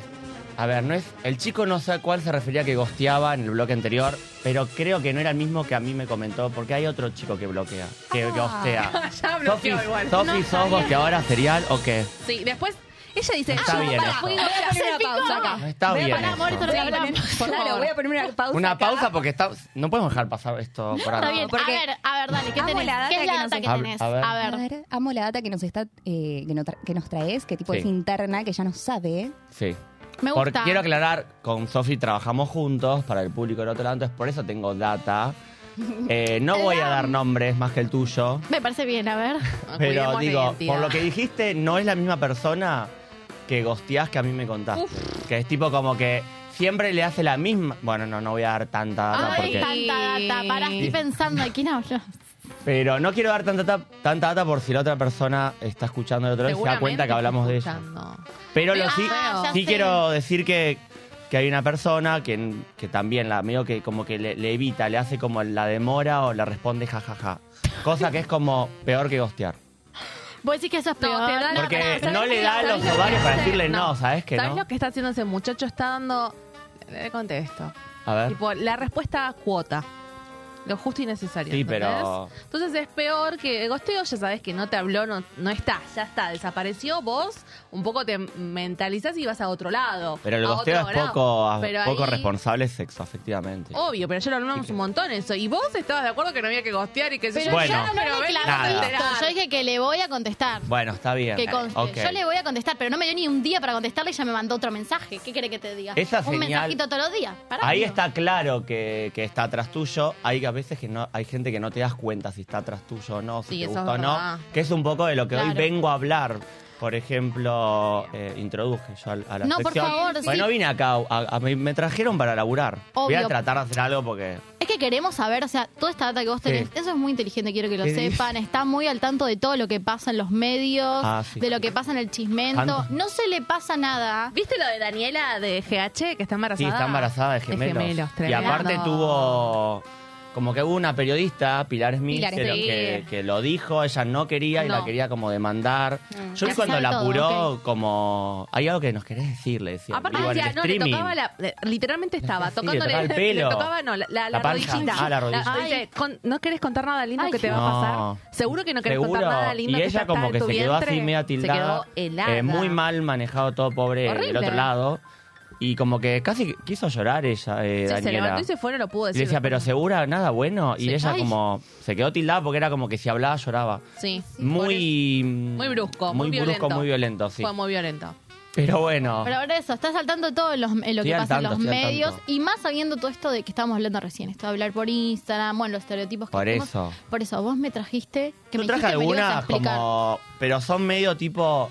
G: a ver, no es, el chico no sé a cuál se refería que gosteaba en el bloque anterior, pero creo que no era el mismo que a mí me comentó, porque hay otro chico que bloquea, que gostea.
E: Ya bloqueó igual.
G: Sofi,
E: No
G: ¿sos gosteadora serial o qué?
E: Sí, después ella dice,
G: Está
E: "Ah,
G: bien
E: pará,
G: eso.
E: voy a
C: Voy a
E: hacer
C: poner una
E: pico".
C: pausa
G: No está
C: Voy a
G: bien
C: parar,
G: eso.
C: amor, esto lo voy a
E: Sí,
C: hablar.
E: también. Por
D: Claro,
E: favor.
D: voy a poner una pausa.
G: Una
D: acá.
G: pausa porque está, no podemos dejar pasar esto por
C: Está
G: alto.
C: bien. A
D: Porque-
C: ver, a ver, dale, ¿qué
D: Amo
C: tenés?
D: la data
C: ¿Qué es la
D: que
C: data
G: nos-
C: que
G: A ver,
C: tenés?
G: a ver.
C: A
D: A
C: ver.
D: ver, amo la data que nos está, eh, que, no tra- que nos traes, qué tipo
G: Sí.
D: es interna, que ya no sabe.
G: Sí.
C: Me
G: Por-
C: gusta.
G: quiero aclarar, con Sofi trabajamos juntos para el público del otro lado, entonces por eso tengo data. Eh, no voy a dar nombres más que el tuyo,
C: Me parece bien, a ver.
G: pero
E: Cuidemos la
G: digo,
E: identidad.
G: por lo que dijiste, no es la misma persona que gosteás que a mí me contaste. Que es tipo como que siempre le hace la misma. Bueno, no, no voy a dar tanta data
C: Ay,
G: porque.
C: tanta data. Pará, estoy
G: Sí.
C: pensando aquí, no, yo.
G: Pero no quiero dar tanta, data- tanta data por si la otra persona está escuchando el otro lado y se da cuenta que hablamos de ella. Pero lo, sí,
C: Ah, ya
G: sí
C: sé.
G: quiero decir que, que hay una persona que, que también la medio que como que le, le evita, le hace como la demora o le responde jajaja. Cosa que es como peor que gostear.
C: Vos decís que eso es
E: No,
C: peor.
E: te da la-
G: Porque
E: pará, ¿sabés
G: no le
E: qué?
G: da
E: ¿Sabés
G: los
E: lo que
G: ovarios para
E: hace?
G: decirle no, ¿sabes que
E: ¿Sabés
G: no?
E: lo que está haciendo ese muchacho? Está dando. Le contesto.
G: A ver.
E: Tipo, la respuesta a cuota. Lo justo y necesario.
G: Sí,
E: ¿entendés?
G: pero-
E: Entonces es peor que el gosteo, ya sabes que no te habló, no, no está, ya está, desapareció. Vos un poco te mentalizás y vas a otro lado.
G: Pero el
E: a
G: gosteo
E: otro
G: es
E: lado.
G: poco, a-
E: Pero
G: poco
E: ahí-
G: responsable sexo, efectivamente.
C: Oh.
E: Obvio, pero ya lo hablamos un montón eso. Y vos estabas de acuerdo que no había que gostear y que se
C: Pero
G: Bueno.
C: ya no
E: pero
C: me
E: ves,
C: declaró
G: nada.
C: esto. Yo dije que le voy a contestar.
G: Bueno, está bien.
C: Que conste.
G: Ok.
C: Yo le voy a contestar, pero no me dio ni un día para contestarle y ya me mandó otro mensaje. ¿Qué quiere que te diga?
G: Esa
C: un
G: señal-
C: mensajito todos los días. Pará,
G: Ahí
C: amigo.
G: está claro que, que está atrás tuyo. Hay que a veces que no, hay gente que no te das cuenta si está atrás tuyo o no, si
E: Sí,
G: te
E: eso
G: gusta
E: es
G: o no.
E: verdad.
G: Que es un poco de lo que hoy
C: Claro.
G: vengo a hablar. Por ejemplo, eh, introduje yo al- a, la
C: No, por
G: sección.
C: favor,
G: Bueno,
C: sí.
G: vine acá, a- a- me, me trajeron para laburar. Voy a
C: Obvio.
G: tratar de hacer algo porque.
C: Es que queremos saber, o sea, toda esta data que vos
G: Sí.
C: tenés, eso es muy inteligente, quiero que lo
G: ¿Qué
C: sepan. Está muy al tanto de todo lo que pasa en los medios,
G: Ah, sí.
C: de lo que pasa en el chismento.
G: Ando-
C: No se le pasa nada.
E: ¿Viste lo de Daniela de GH que está embarazada?
G: Sí, está embarazada de gemelos. y
E: tremendo.
G: aparte tuvo. Como que hubo una periodista, Pilar Smith,
E: Pilar
G: que, lo,
E: Smith.
G: que- que lo dijo, ella no quería y la
E: No. Mm.
G: quería como demandar. Yo
C: Ya
G: vi
C: se
G: cuando
C: sabe
G: la
C: todo,
G: apuró, como. Hay algo que nos querés decir, le decía.
E: Aparte,
G: Digo, en
E: decía,
G: el
E: no, le
G: streaming.
E: tocaba la, le- literalmente estaba
G: Sí, le
E: tocándole
G: tocaba el
E: (laughs)
G: pelo.
E: le tocaba, no, la, la,
G: La
E: la
G: panza.
E: rodillita.
G: Ah, la rodillita.
E: dice, con- no querés contar nada lindo
C: Ay.
E: que te va a
G: No.
E: pasar. Seguro que no querés
G: Seguro.
E: contar nada lindo
G: Y
E: que
G: ella
E: está
G: como
E: en
G: que
E: tu
G: se quedó
E: vientre.
G: así media tildada.
E: Se quedó helada.
G: eh, muy mal manejado todo, pobre, del
E: Horrible.
G: otro lado. Y como que casi quiso llorar ella, eh,
E: Sí, se
G: Daniela.
E: levantó y se fue, no lo pudo
G: Y
E: decir.
G: le decía, pero segura, nada bueno. Y
E: Sí.
G: ella
E: Ay.
G: como se quedó tildada porque era como que si hablaba lloraba.
E: Sí.
G: Muy,
E: Muy brusco, muy
G: brusco,
E: violento.
G: Mm. muy violento, sí.
E: Fue muy violento.
G: Pero bueno,
C: Pero ahora eso, estás saltando todo en, los- en lo
G: Estoy
C: que
G: al
C: pasa en
G: tanto,
C: los
G: estoy al
C: medios
G: tanto.
C: y más sabiendo todo esto de que estábamos hablando recién. Esto de hablar por Instagram, bueno, los estereotipos que
G: Por
C: tenemos.
G: eso.
C: Por eso, vos me trajiste que
G: yo
C: me
G: traje
C: dijiste me lo ibas a
G: algunas
C: explicar.
G: como, pero son medio tipo,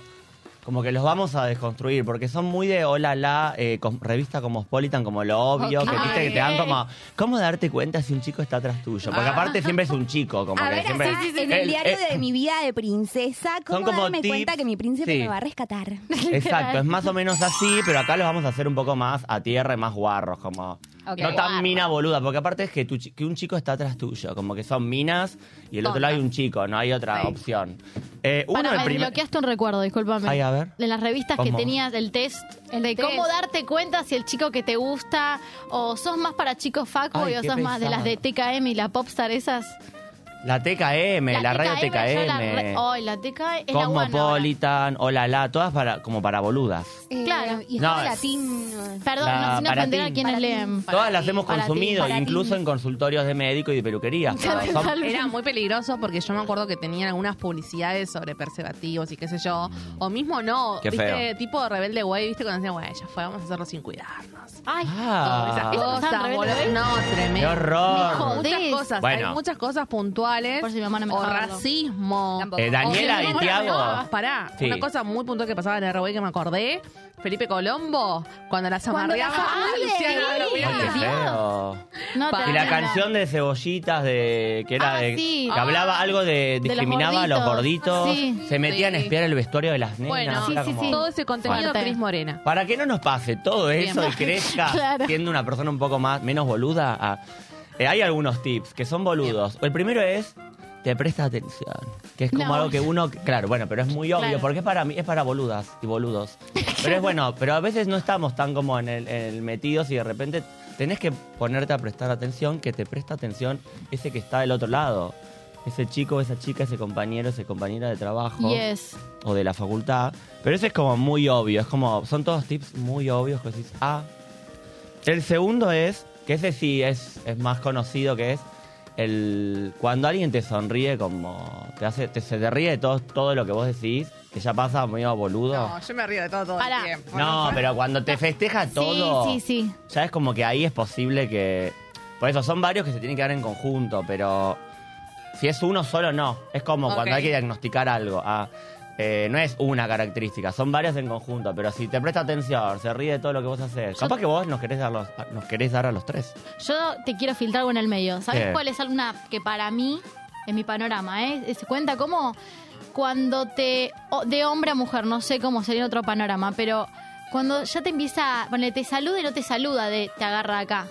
G: como que los vamos a desconstruir porque son muy de hola la eh, cos- revista Cosmopolitan, como lo obvio,
C: Ok.
G: que, viste, que te dan
C: Ay.
G: como, ¿cómo darte cuenta si un chico está atrás tuyo? Porque aparte siempre es un chico, como
D: A
G: que
D: ver,
G: siempre.
D: acá, en el
G: él-
D: diario
G: eh,
D: de mi vida de princesa, ¿cómo
G: Son como
D: darme
G: tips,
D: cuenta que mi príncipe
G: sí.
D: me va a (laughs) rescatar?
C: (laughs)
G: Exacto, es más o menos así, pero acá los vamos a hacer un poco más a tierra y más guarros, como...
D: Ok.
G: No
D: Guarros.
G: tan mina boluda, porque aparte es que, tu chi- que un chico está atrás tuyo, como que son minas y el otro lado hay un chico, no hay otra
E: Sí.
G: opción. Eh, uno
C: Para,
G: el
C: me
G: primer-
C: desbloqueaste un recuerdo, discúlpame.
G: Ay, a ver.
C: De las revistas
G: ¿Cómo?
C: que tenías, el test
D: El
C: de
D: test.
C: cómo darte cuenta si el chico que te gusta o sos más para chicos fuckboy
G: Ay,
C: o
G: qué
C: sos más de las de TKM y la popstar esas.
G: La TKM, la, radio TKM,
C: yo la re- Ay, la TKM es la buena ahora.
G: Cosmopolitan, hola la, todas para, como para boludas.
D: Eh,
C: Claro.
D: Y
G: No,
D: joven
G: es-
D: latino.
C: Perdón,
G: La-
C: no, sin
G: para
C: ofender
G: ti.
C: a quienes
D: Para ti.
C: leen.
E: Para
G: todas las
E: ti,
G: hemos
C: para ti,
G: consumido,
D: para ti.
G: incluso en consultorios de médico y
C: (laughs)
G: de peluquería. Son-
C: Totalmente.
E: Era muy peligroso porque yo me acuerdo que tenían algunas publicidades sobre preservativos y qué sé yo. O mismo no,
G: Mm. Qué
E: viste,
G: feo.
E: tipo de rebelde güey, viste, cuando decían, bueno, ya fue, vamos a hacerlo sin cuidarnos.
C: Ay, oh,
G: Ah.
E: Esas
C: ¿Eso pasaba en
E: cosas,
C: Rebelde
E: boludo.
C: Way?
E: No, tremendo.
G: ¡Qué horror!
E: Hay
C: Me jodés.
E: muchas cosas,
G: Bueno.
E: hay muchas cosas puntuales.
C: Por si mi mamá no me
E: o
C: dejaba verlo.
E: racismo.
D: Tampoco.
G: Eh,
C: Oh,
G: Daniela
E: O-
G: y
E: no,
G: Tiago.
E: no, no, Pará,
G: Sí.
E: una cosa muy puntual que pasaba en el RBI que me acordé. Felipe Colombo, cuando las
D: Cuando las
E: amarreaba
D: amarreaba,
E: a Luciana
D: sí.
E: Lobera.
G: Ay, qué feo.
C: No,
E: Pa-
C: te
G: Y la
E: Ah.
G: canción de cebollitas de que era
C: Ah,
G: de
C: sí.
G: que
C: Ah.
G: hablaba algo de
C: los
G: discriminaba a los
C: gorditos.
G: gorditos,
C: Sí.
G: se metían a
E: Sí.
G: espiar el vestuario de las nenas.
E: Bueno,
G: era
C: sí, sí,
G: como-
C: sí.
E: todo ese contenido
C: Fuerte.
E: Cris Morena.
G: Para que no nos pase todo eso y
C: (laughs)
G: crezca
C: Claro.
G: siendo una persona un poco más menos boluda, ah, eh, hay algunos tips que son boludos. El primero es te presta atención, que es como
C: No.
G: algo que uno, claro, bueno, pero es muy obvio
C: Claro.
G: porque es para mí, es para boludas y
C: (laughs)
G: boludos. Pero es bueno, pero a veces no estamos tan como en el, en el metidos y de repente tenés que ponerte a prestar atención, que te presta atención ese que está del otro lado. Ese chico, esa chica, ese compañero, esa compañera de trabajo
C: Yes.
G: o de la facultad. Pero ese es como muy obvio, es como, son todos tips muy obvios que decís, ah. El segundo es, que ese sí es, es más conocido, que es el cuando alguien te sonríe como, te hace, te, se te ríe de todo, todo lo que vos decís, que ya pasa medio boludo.
E: No, yo me río de todo todo
C: Pará.
E: el tiempo.
G: No, pero cuando te festeja todo,
C: Sí, sí, sí.
G: ya es como que ahí es posible que... Por eso, son varios que se tienen que dar en conjunto, pero si es uno solo, no. Es como
E: Ok.
G: cuando hay que diagnosticar algo. Ah, eh, no es una característica, son varias en conjunto, pero si te presta atención, se ríe de todo lo que vos haces. Capaz que vos nos querés dar, los- nos querés dar a los tres.
C: Yo te quiero filtrar algo en el medio. ¿Sabes
G: ¿Qué?
C: cuál es alguna que para mí, en mi panorama, ¿eh? se cuenta como cuando te. o de hombre a mujer, no sé cómo sería otro panorama, pero cuando ya te empieza. Bueno, te saluda y no te saluda, de te agarra acá.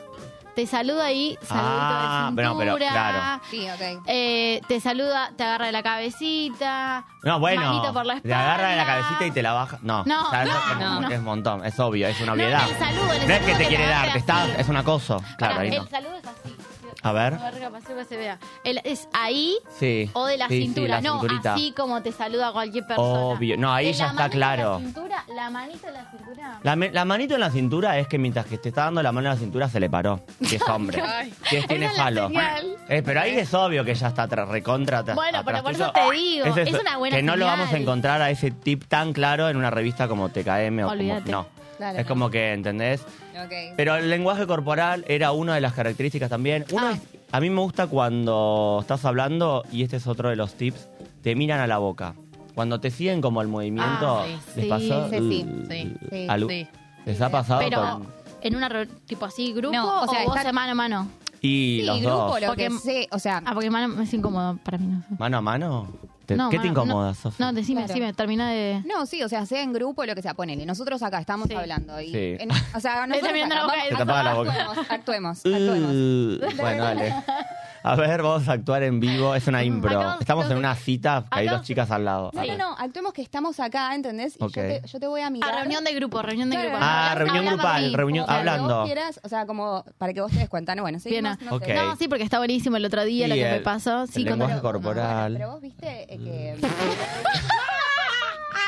C: Te saluda ahí,
G: Ah,
C: saludito de
G: bueno, pero,
C: cintura,
G: claro.
D: Sí, ok.
C: eh, te saluda, te agarra de la cabecita.
G: No, bueno,
C: manito por la
G: te agarra de la
C: espalda.
G: cabecita y te la baja. No,
C: No,
G: ya eso
C: no,
G: es como
C: no.
G: que es un montón, es obvio, es una
C: No,
G: obviedad.
C: el saludo, el
G: No es
C: saludo
G: que te
C: que
G: quiere
C: te
G: dar,
C: agarre
G: te está,
C: así.
G: es un acoso. Claro,
C: Pará,
G: ahí no.
C: Ah, El saludo es así.
G: A ver.
C: Agarra, paseo que se vea. El- es ahí
G: Sí.
C: O de la
G: Sí, sí,
C: cintura,
G: la
C: no,
G: cinturita.
C: así como te saluda cualquier persona.
G: Obvio. No, ahí
C: De
G: ya
C: la
G: está
C: manito en
G: claro.
C: La, cintura, la manito en la cintura.
G: La, me- la manito en la cintura es que mientras que te está dando la mano en la cintura se le paró. Si es hombre.
C: (laughs)
G: Si es, tiene
C: Esa es la
G: falo.
C: señal.
G: Eh, pero ahí es obvio que ya está tra- recontra atrás-
C: Bueno, pero
G: atrás
C: por
G: tuyo.
C: eso te digo,
G: Ese
C: es una buena
G: Que no lo
C: señal.
G: vamos a encontrar a ese tip tan claro en una revista como TKM o
C: Olvídate.
G: como. No.
D: Claro,
G: es
D: no.
G: como que, ¿entendés?
D: Ok.
G: Pero el lenguaje corporal era una de las características también. Uno
C: Ah.
G: es- a mí me gusta cuando estás hablando, y este es otro de los tips, te miran a la boca. Cuando te siguen como el movimiento,
E: Ah, sí,
G: ¿les
C: sí,
G: pasó?
D: sí, sí,
E: sí,
D: sí,
G: Alu-
E: sí.
G: ¿Les ha pasado?
C: Pero
G: con-
C: en una re- tipo así, grupo
D: No, o
C: o,
D: sea,
C: vos
D: está-
C: de mano a mano.
G: Y
D: Sí,
G: los
D: grupo,
G: dos.
D: lo
C: Porque-
D: que sé. O sea,
C: Ah, porque mano es incómodo para mí. No, sé.
G: ¿Mano a mano? ¿Te-
C: No,
G: ¿Qué te
C: mano,
G: incomoda,
C: no,
G: Sofi?
C: No, decime,
D: Claro.
C: decime, termina de.
D: no, sí, o sea, sea en grupo lo que sea, ponele. Nosotros acá estamos
C: Sí.
D: hablando. Y,
G: Sí.
D: en- o
C: (laughs)
D: sea,
C: Está
D: nosotros
C: mirando la
D: acá,
C: boca
D: vamos-
C: y-
G: Te tapaba la boca.
D: actuemos, actuemos, actuemos.
G: Uh, bueno, dale. A ver, vamos a actuar en vivo. Es una impro.
C: Acá-
G: Estamos en una cita, hay
C: acá-
G: dos chicas al lado.
D: No, no, no, actuemos que estamos acá, ¿entendés? Y
G: Ok.
D: yo, te, yo te voy a
C: Ah,
D: mirar.
C: reunión de grupo, reunión de
D: Claro.
C: grupo.
G: Ah,
C: Hablando-
G: reunión
C: hablando
G: grupal,
C: así,
G: reunión-
C: como-
G: habla- hablando.
D: Vos quieras, o sea, como para que vos te des cuenta, ¿no? Bueno, seguimos,
C: Bien,
D: no sé.
G: ok.
C: No, sí, porque está buenísimo el otro día
G: Y
C: lo que
G: el-
C: me pasó. Sí,
G: el
C: cuando-
G: lenguaje corporal.
D: Pero vos viste eh, que...
G: Mm. (laughs)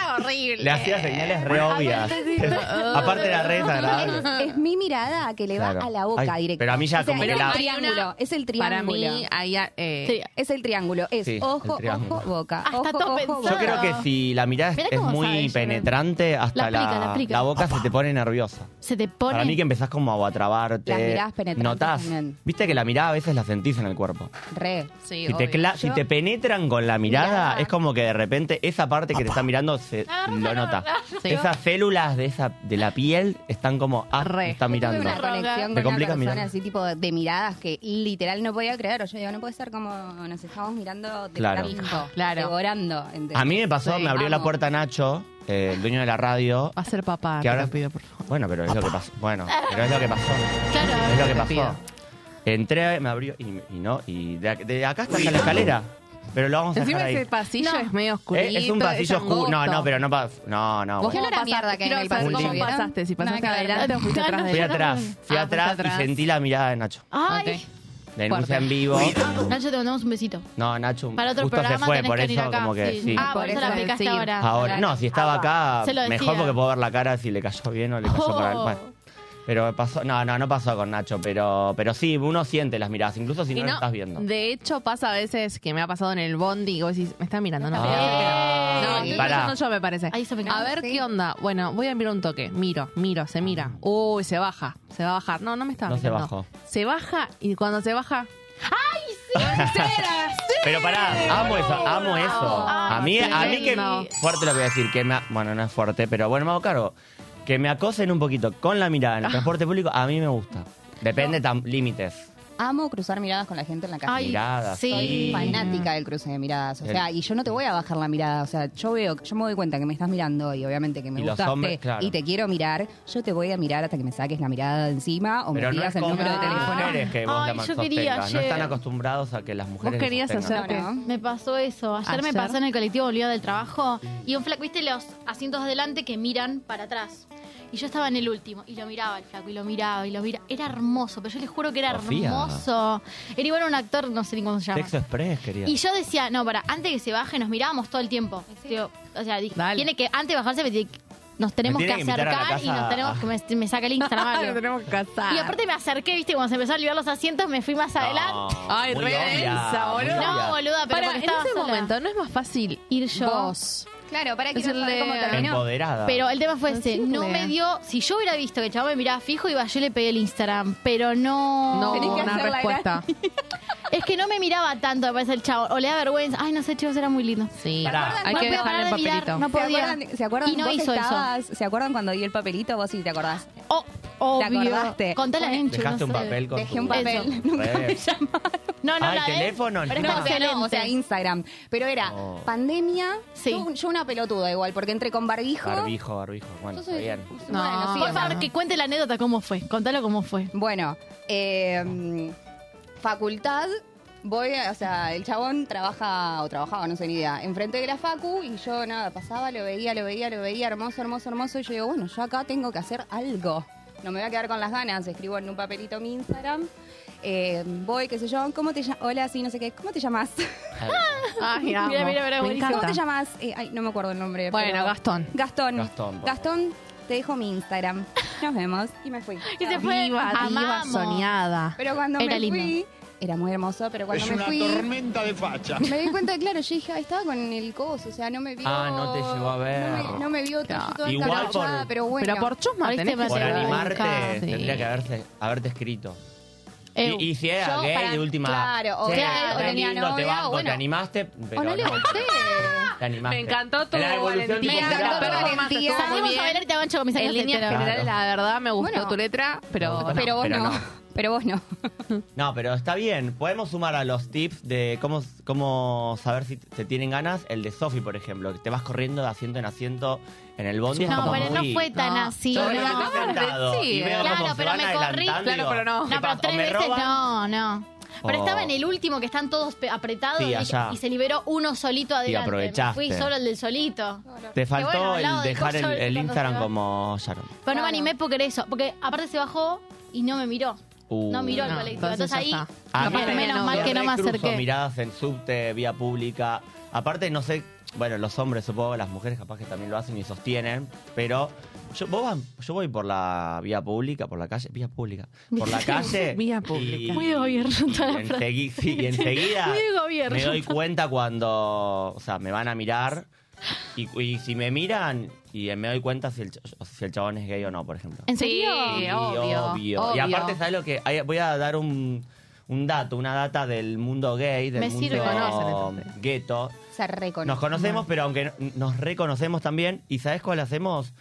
C: Ah, horrible.
G: Le hacía señales re obvias. (laughs) Aparte la red agradable.
D: Es, es mi mirada que le
G: Claro.
D: va a la boca
G: Ay,
D: directo.
G: pero a mí ya
D: O sea,
G: como
D: es
G: que
D: el
G: la-
D: triángulo. Es el
E: Para
D: triángulo.
E: mí, hay... eh,
C: Sí.
D: Es el triángulo. Es
G: Sí, el
D: ojo,
G: triángulo.
D: ojo, boca.
C: Ah, está
D: ojo,
C: todo
D: ojo,
C: pensado.
D: boca.
G: Yo creo que si la mirada es,
C: Mirá
G: es
C: cómo
G: muy
C: sabe, Sharon.
G: penetrante, hasta
C: La
G: la,
C: aplica, la aplica.
G: la boca se te pone nerviosa.
C: Se te pone.
G: Para mí que empezás como a
D: Las
G: atrabarte.
D: miradas penetrantes
G: Notás.
D: también.
G: Viste que la mirada a veces la sentís en el cuerpo.
D: Re.
E: sí,
G: Si te,
E: obvio.
G: cla- si
D: Yo-
G: te penetran con la mirada,
D: Mirada.
G: es como que de repente esa parte que te está mirando se lo nota. Esas células de esa de la piel están como ah,
E: Re.
G: me está
D: Yo tuve
G: mirando.
D: una conexión
G: Me
D: con una
G: complica
D: persona
G: mirar.
D: así tipo de, de miradas que literal no podía creer. O yo digo, no puede ser como nos estamos mirando de
G: Claro.
D: claro.
E: Claro.
D: devorando. ¿entendés?
G: A mí me pasó,
E: Sí,
G: me abrió la
D: amo.
G: puerta Nacho, eh, el dueño de la radio.
E: Va a ser papá,
G: Que
E: Ah, te
G: ahora-
E: lo pido, por favor.
G: Bueno, pero es lo que pasó. Bueno, pero es lo que pasó. Es
C: Claro.
G: lo que pasó.
E: pido.
G: Entré, me abrió y, y no, y de, ac- de acá hasta la escalera. Pero lo vamos a dejar
E: Encima
G: ahí.
E: ese pasillo
C: No.
E: es medio
G: Eh,
E: oscurito.
G: es un pasillo oscuro. No, no, pero no pa- No, no.
D: ¿Vos
G: bueno.
D: olor a mierda que hay en el
E: pasillo.
G: pasillo,
E: ¿Cómo
D: ¿vieron?
E: pasaste? Si pasaste
D: Nada que ver.
E: adelante o fuiste
C: No, no,
E: atrás de
G: Fui
E: ella.
G: atrás, fui
E: Ah, fuiste
G: atrás,
E: atrás.
G: y sentí la mirada de Nacho.
C: Ay.
G: Denuncia
E: Fuerte.
G: en vivo.
C: Nacho, te mandamos un besito.
G: No, Nacho,
C: Para otro
G: justo se
C: programa
G: fue,
C: tenés
G: por
C: que venir
G: eso
C: acá.
G: como que sí.
D: Ah,
C: Ah, por eso la aplicaste
E: sí.
C: ahora.
G: Ahora, no, si estaba acá,
C: Se lo decía.
G: mejor porque puedo ver la cara si le cayó bien o le cayó
C: Oh.
G: para el bueno. Pero pasó, no, no, no pasó con Nacho, pero, pero sí, uno siente las miradas, incluso si
E: Y
G: no,
E: no,
G: lo estás viendo.
E: De hecho, pasa a veces que me ha pasado en el bondi y vos decís, me está mirando, no sé.
C: Ah.
E: No,
G: Ey.
E: estoy
G: Pará.
E: pensando yo, me parece.
C: Ahí se me
E: A
C: cae.
E: ver
D: Sí.
E: qué onda. Bueno, voy a mirar un toque. Miro, miro, se mira. Uy, se baja. Se va a bajar. No, no me estaba
G: No se
E: mirando.
G: bajó.
E: Se baja y cuando se baja.
C: ¡Ay, sí!
G: Pero pará, amo eso, amo eso.
C: Ah,
G: A mí, a mí que
E: tremendo.
G: fuerte lo voy a decir, que me, bueno, no es fuerte, pero bueno, me hago cargo. Que me acosen un poquito con la mirada en el transporte público, a mí me gusta. Depende tam- límites.
D: Amo cruzar miradas con la gente en la calle.
C: Ay,
G: Miradas.
C: sí.
D: Soy fanática del cruce de miradas, o sea, y yo no te voy a bajar la mirada, o sea, yo veo, yo me doy cuenta que me estás mirando y obviamente que me
G: Y los
D: gustaste
G: hombres, claro.
D: y te quiero mirar, yo te voy a mirar hasta que me saques la mirada de encima o
G: Pero
D: me
G: no es
D: digas el
G: como
D: número de
G: las
D: teléfono.
G: mujeres que vos
C: Ay,
G: la
C: yo quería
G: sostengas. No
C: ayer.
G: están acostumbrados a que las mujeres
E: Vos querías
G: sostengan.
E: hacer-
D: No, no.
C: Me pasó eso. Ayer, me
E: Ayer.
C: pasó en el colectivo, volvía del trabajo. Y un flaco, viste los asientos de adelante que miran para atrás. Y yo estaba en el último. Y lo miraba el flaco, y lo miraba, y lo miraba. Era hermoso, pero yo les juro que era
G: Sofía.
C: hermoso. Era igual un actor, no sé ni cómo se llama.
G: Texto Express quería.
C: Y yo decía, no, para, antes que se baje, nos mirábamos todo el tiempo. Digo, o sea, dije,
E: Dale.
C: tiene que, antes de bajarse, me tiene que- nos tenemos
G: Me
C: que
G: tiene que invitar a la
C: acercar y
G: casa.
C: nos tenemos que me, me saca el (laughs) Instagram. algo.
E: Lo tenemos que casar.
C: y aparte me acerqué, viste, cuando se empezó a aliviar los asientos, me fui más adelante.
E: Ay,
G: muy
E: re
G: obvia,
E: densa,
G: muy
E: boludo.
C: No,
G: obvia.
C: boluda, pero
E: Pará,
C: porque
E: en
C: estaba
E: ese
C: sola.
E: momento no es más fácil
C: ir yo.
E: vos.
D: Claro, para que eh,
E: Es el
D: saber
E: de-
D: cómo terminó.
G: Empoderada.
C: Pero el tema fue ese,
E: Simple.
C: no me dio, si yo hubiera visto que el chavo me miraba fijo, iba, yo le pegué el Instagram, pero no,
E: No,
D: Tenés que
E: una
D: hacerla
E: respuesta.
C: es que no me miraba tanto, me parece el chavo, o le da vergüenza, ay no sé chicos, era muy lindo.
E: Sí,
G: Pará.
E: hay
C: No
E: que
C: podía
E: dejar el
C: parar de mirar,
E: papelito.
C: no
D: ¿Se
C: podía.
D: acuerdan, ¿se acuerdan?
C: Y no
D: vos
C: hizo
D: estabas- ¿Se acuerdan cuando di el papelito? Vos sí te acordás.
C: Oh, obvio.
D: acordaste?
C: Contale a Enchu,
G: Dejaste
C: no
G: un
C: sé.
G: papel con
D: Dejé
G: tu-
D: un
C: Eso.
D: papel, nunca
G: Re.
D: me llamaron.
C: No, no,
G: Ah,
C: la
G: ¿el
C: de él,
G: teléfono?
C: Pero
G: No.
C: está
D: No, o sea,
C: excelente.
D: no, o sea, Instagram. Pero era
G: No.
D: pandemia,
C: Sí.
D: yo, yo una pelotuda igual, porque entré con barbijo.
G: Barbijo, barbijo. Bueno,
D: Yo
G: está
D: soy-
G: bien.
D: bueno,
E: No.
D: sí, o
C: Por
D: sea,
C: favor, que cuente la anécdota cómo fue, contalo cómo fue.
D: Bueno, eh, facultad, voy, a- o sea, el chabón trabaja, o trabajaba, no sé ni idea, enfrente de la facu y yo nada, pasaba, lo veía, lo veía, lo veía, hermoso, hermoso, hermoso, y yo digo, bueno, yo acá tengo que hacer algo. No me voy a quedar con las ganas, escribo en un papelito mi Instagram. eh, voy, qué sé yo, ¿cómo te llamas? Hola, sí, no sé qué, ¿cómo te llamas? Ah,
E: Ay,
C: Mira,
E: amo.
C: mira, mira,
E: Me
C: buenísimo.
E: encanta.
D: ¿Cómo te llamas? Eh, ay, no me acuerdo el nombre.
E: Bueno,
D: pero-
E: Gastón.
D: Gastón.
G: Gastón, por
D: Gastón, te dejo mi Instagram. Nos vemos. Y me fui.
C: Y se fue,
E: Diva, diva
C: amamos.
E: soñada.
D: Pero cuando
C: Era
D: me
C: lindo.
D: fui, era muy hermoso, pero cuando
H: Es
D: me
H: una
D: fui,
H: tormenta de facha.
D: me di cuenta, claro, yo dije, "Ah, estaba con el coso, o sea, no me vio.
G: Ah, no te llegó a ver.
D: No me, no me vio todo, yo toda
G: Igual
D: encapuchada,
G: por-
D: pero bueno.
E: Pero por chusma
C: Ahí
E: tenés
C: se me
E: que
G: Por
C: Sí,
E: llevar.
D: Ah,
G: animarte,
E: Sí.
G: tendría que haberse, haberte escrito.
C: Eu.
G: Y, y si
D: Eh,
G: era
D: Yo,
G: gay,
D: para-
G: de última.
D: claro, o
G: che,
D: claro,
G: re
D: tenía
G: lindo, te
D: novia,
G: banco,
D: bueno.
G: te animaste, pero
D: o no le
G: no.
D: gusté.
G: Te animaste.
E: Me encantó tu
G: La evolución
E: valentía,
D: Me
G: tipo
D: encantó
G: pirata.
D: tu valentía.
E: Estuvo muy
C: Salimos
E: bien.
C: a bailar y te avancho con mis
E: En
C: años
E: líneas
C: heteros.
G: general-
E: generales, la verdad, me gustó
D: Bueno.
E: tu letra, pero...
G: No,
D: pero vos
G: pero
D: no.
G: no.
D: Pero vos no.
G: No, pero está bien. Podemos sumar a los tips de cómo, cómo saber si te tienen ganas. El de Sofi, por ejemplo, que te vas corriendo de asiento en asiento en el bondi. es
C: No,
G: como
C: bueno, no
G: muy-
C: fue tan
E: No.
C: así.
G: Yo
C: No.
E: Sobre la
G: vengo
E: cámara.
G: sentado
E: Sí,
G: y veo
C: claro,
G: cómo se
C: pero
G: van
C: me corrí.
G: adelantando y
E: Claro,
G: digo,
E: pero no.
G: ¿qué
C: No, pero
G: pasa?
C: tres
G: ¿O me
C: veces
G: roban?
C: no, no. Pero
G: O-
C: estaba en el último que están todos pe- apretados
G: Sí,
C: y-
G: allá.
C: y, se liberó uno solito adelante. Me
G: aprovechaste.
C: Fui solo el del solito.
G: Te faltó
C: bueno, al lado
G: el
C: de
G: dejar el,
C: Coyo,
G: el
C: cuando se
G: Instagram
C: va.
G: como Sharon.
C: Pero no
D: Claro.
C: me animé porque era eso. Porque aparte se bajó y no me miró.
G: Uh.
C: no miró al
E: No,
C: colectivo.
E: entonces
C: Entonces,
E: ya
C: ahí,
E: está.
G: A
E: Capaz
G: mí
E: que
G: me-
E: no,
C: menos mal
G: yo
C: que no me
G: recruzo
C: acerqué.
G: miradas en subte, vía pública. Aparte, no sé, bueno, los hombres supongo, las mujeres capaz que también lo hacen y sostienen, pero yo, vos van- yo voy por la vía pública, por la calle, vía pública,
C: (laughs)
G: por la calle.
E: Vía pública.
C: Muy de gobierno toda la
G: Y, ensegui- sí, y enseguida
C: (laughs) Muy de gobierno.
G: me doy cuenta cuando, o sea, me van a mirar y, y si me miran y me doy cuenta si el, ch- si el chabón es gay o no, por ejemplo.
C: ¿En
E: Sí,
C: serio?
G: Sí,
E: obvio,
G: Y
E: obvio.
G: aparte, ¿sabes lo que? Ahí Voy a dar un, un dato, una data del mundo gay, del
C: Me sirve. Se conocen,
G: mundo
E: entonces.
G: gueto.
D: Se reconoce.
G: Nos conocemos, pero aunque no- nos reconocemos también. ¿Y sabes cuál hacemos?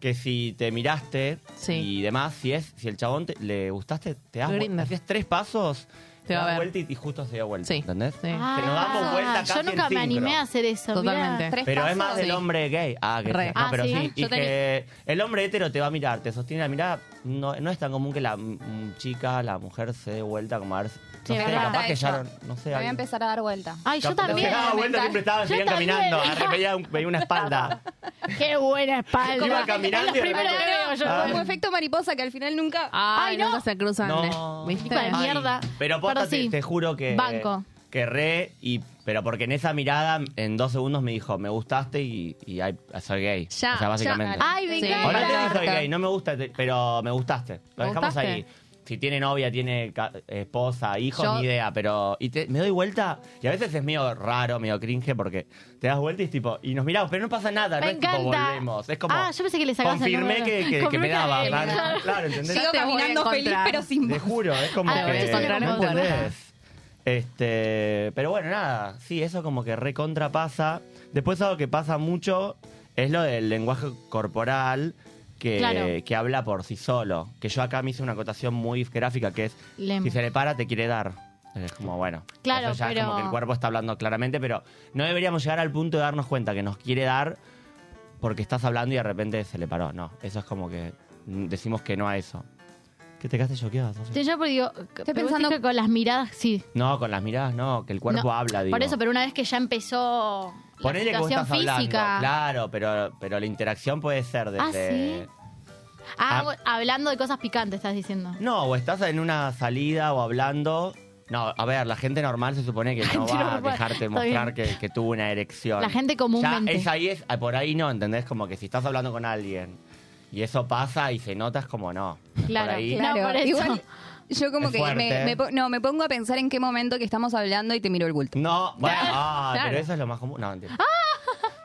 G: Que si te miraste
E: Sí.
G: y demás, si es si el chabón te- le gustaste, te das
E: Grindr.
G: vuelta. Hacías tres pasos,
E: Te va a
G: das
E: ver.
G: vuelta y, y justo se dio vuelta.
E: Sí.
G: ¿Entendés?
E: Sí.
C: Ah,
G: Que nos damos vuelta casi
C: Yo
G: en
C: nunca me
G: sincro.
C: animé a hacer eso. mirá.
E: Totalmente.
D: Tres
G: Pero es
D: pasos.
G: más del
E: Sí.
G: hombre gay. Ah, que
E: Re.
G: no,
C: Ah,
G: pero
C: sí.
G: sí. Y
D: Yo tenía-
G: que el hombre hetero te va a mirar, te sostiene la mirada. No, no es tan común que la mm, chica, la mujer se dé vuelta como a ver. No sé,
D: verdad.
G: capaz que
D: Está
G: ya
D: hecho.
G: no sé.
D: Me voy a
G: alguien-
D: empezar a dar vuelta.
E: Ah,
C: Ay, yo
G: Capaz-
C: también.
G: Se daba vuelta, siempre estaban,
C: Yo
G: seguían
C: también. (laughs)
G: caminando. Arre, veía, un- veía una espalda.
C: Qué buena espalda.
G: Iba caminando
C: Es lo
G: y de
C: primero que veo yo.
G: Ah.
D: Como efecto mariposa que al final nunca.
C: Ay,
E: Ay, no.
C: no.
E: se cruzan.
G: No.
E: ¿Viste?
C: Hijo de
G: Ay,
C: mierda.
G: Pero posta,
C: Pero
G: te,
C: sí.
G: te juro que.
C: Banco.
G: Que re, y, pero porque en esa mirada, en dos segundos me dijo, me gustaste y, y ay, soy gay.
E: Ya,
G: o sea, básicamente.
E: ya.
C: Ay, me
E: Sí.
C: encanta.
G: Ahora
E: Para
G: te
E: la
G: soy
E: horta.
G: gay, no me gusta, te- pero me gustaste. Lo
E: ¿Me
G: dejamos
E: gustaste?
G: ahí. Si tiene novia, tiene ca- esposa, hijos,
E: Yo-
G: ni idea, pero. Y te- me doy vuelta, y a veces es medio raro, medio cringe, porque te das vuelta y es tipo, y nos miramos, pero no pasa nada, no
C: Me
G: es tipo,
C: encanta.
G: volvemos. Es como.
C: Ah, yo pensé que le sacabas el
G: Confirmé
C: número.
G: que, que- que me
C: Confirmé que
G: daba.
C: le-
G: Claro, claro, ¿entendés?
E: Ya
D: Sigo
E: te voy a
D: caminando feliz,
E: encontrar.
D: pero sin
G: Te
D: vos.
G: juro, es como
C: A la
G: que
C: noche solo
G: no
C: encontrar.
G: entendés. Este, pero bueno, nada, sí, eso como que recontra pasa. Después algo que pasa mucho es lo del lenguaje corporal que,
C: Claro.
G: que habla por sí solo. Que yo acá me hice una acotación muy gráfica que es,
C: Lem.
G: si se le para, te quiere dar. Es como, bueno,
C: Claro,
G: eso ya es
C: pero-
G: como que el cuerpo está hablando claramente, pero no deberíamos llegar al punto de darnos cuenta que nos quiere dar porque estás hablando y de repente se le paró. No, eso es como que mm, decimos que no a eso. ¿Qué te quedaste choqueada? Sofi?
C: Yo porque digo, estoy
D: pensando-
C: pensando que con las miradas, sí.
G: No, con las miradas no, que el cuerpo
C: No,
G: habla, digo.
C: Por eso, pero una vez que ya empezó la
G: Ponele que vos
C: situación
G: estás hablando,
C: física.
G: claro, pero, pero la interacción puede ser desde...
C: Ah, ¿sí?
G: Ah.
C: Ah, vos- hablando de cosas picantes, estás diciendo.
G: No, o estás en una salida o hablando... No, a ver, la gente normal se
C: (laughs)
G: supone que no
C: Gente
G: va a
C: normal,
G: dejarte
C: está
G: mostrar que, que tuvo una erección.
C: La gente comúnmente.
G: Ya, es ahí, es, ah, por ahí no, ¿entendés? Como que si estás hablando con alguien y eso pasa y se nota, es como no.
C: Claro,
G: Por ahí,
D: Claro,
C: No, por eso.
D: igual yo como
G: Es
D: que
G: fuerte,
D: me,
G: ¿eh?
D: me po- no, me pongo a pensar en qué momento que estamos hablando y te miro el bulto.
G: No,
C: (laughs)
G: bueno, ah,
E: claro.
G: pero eso es lo más común. No, mentira.
C: Ah,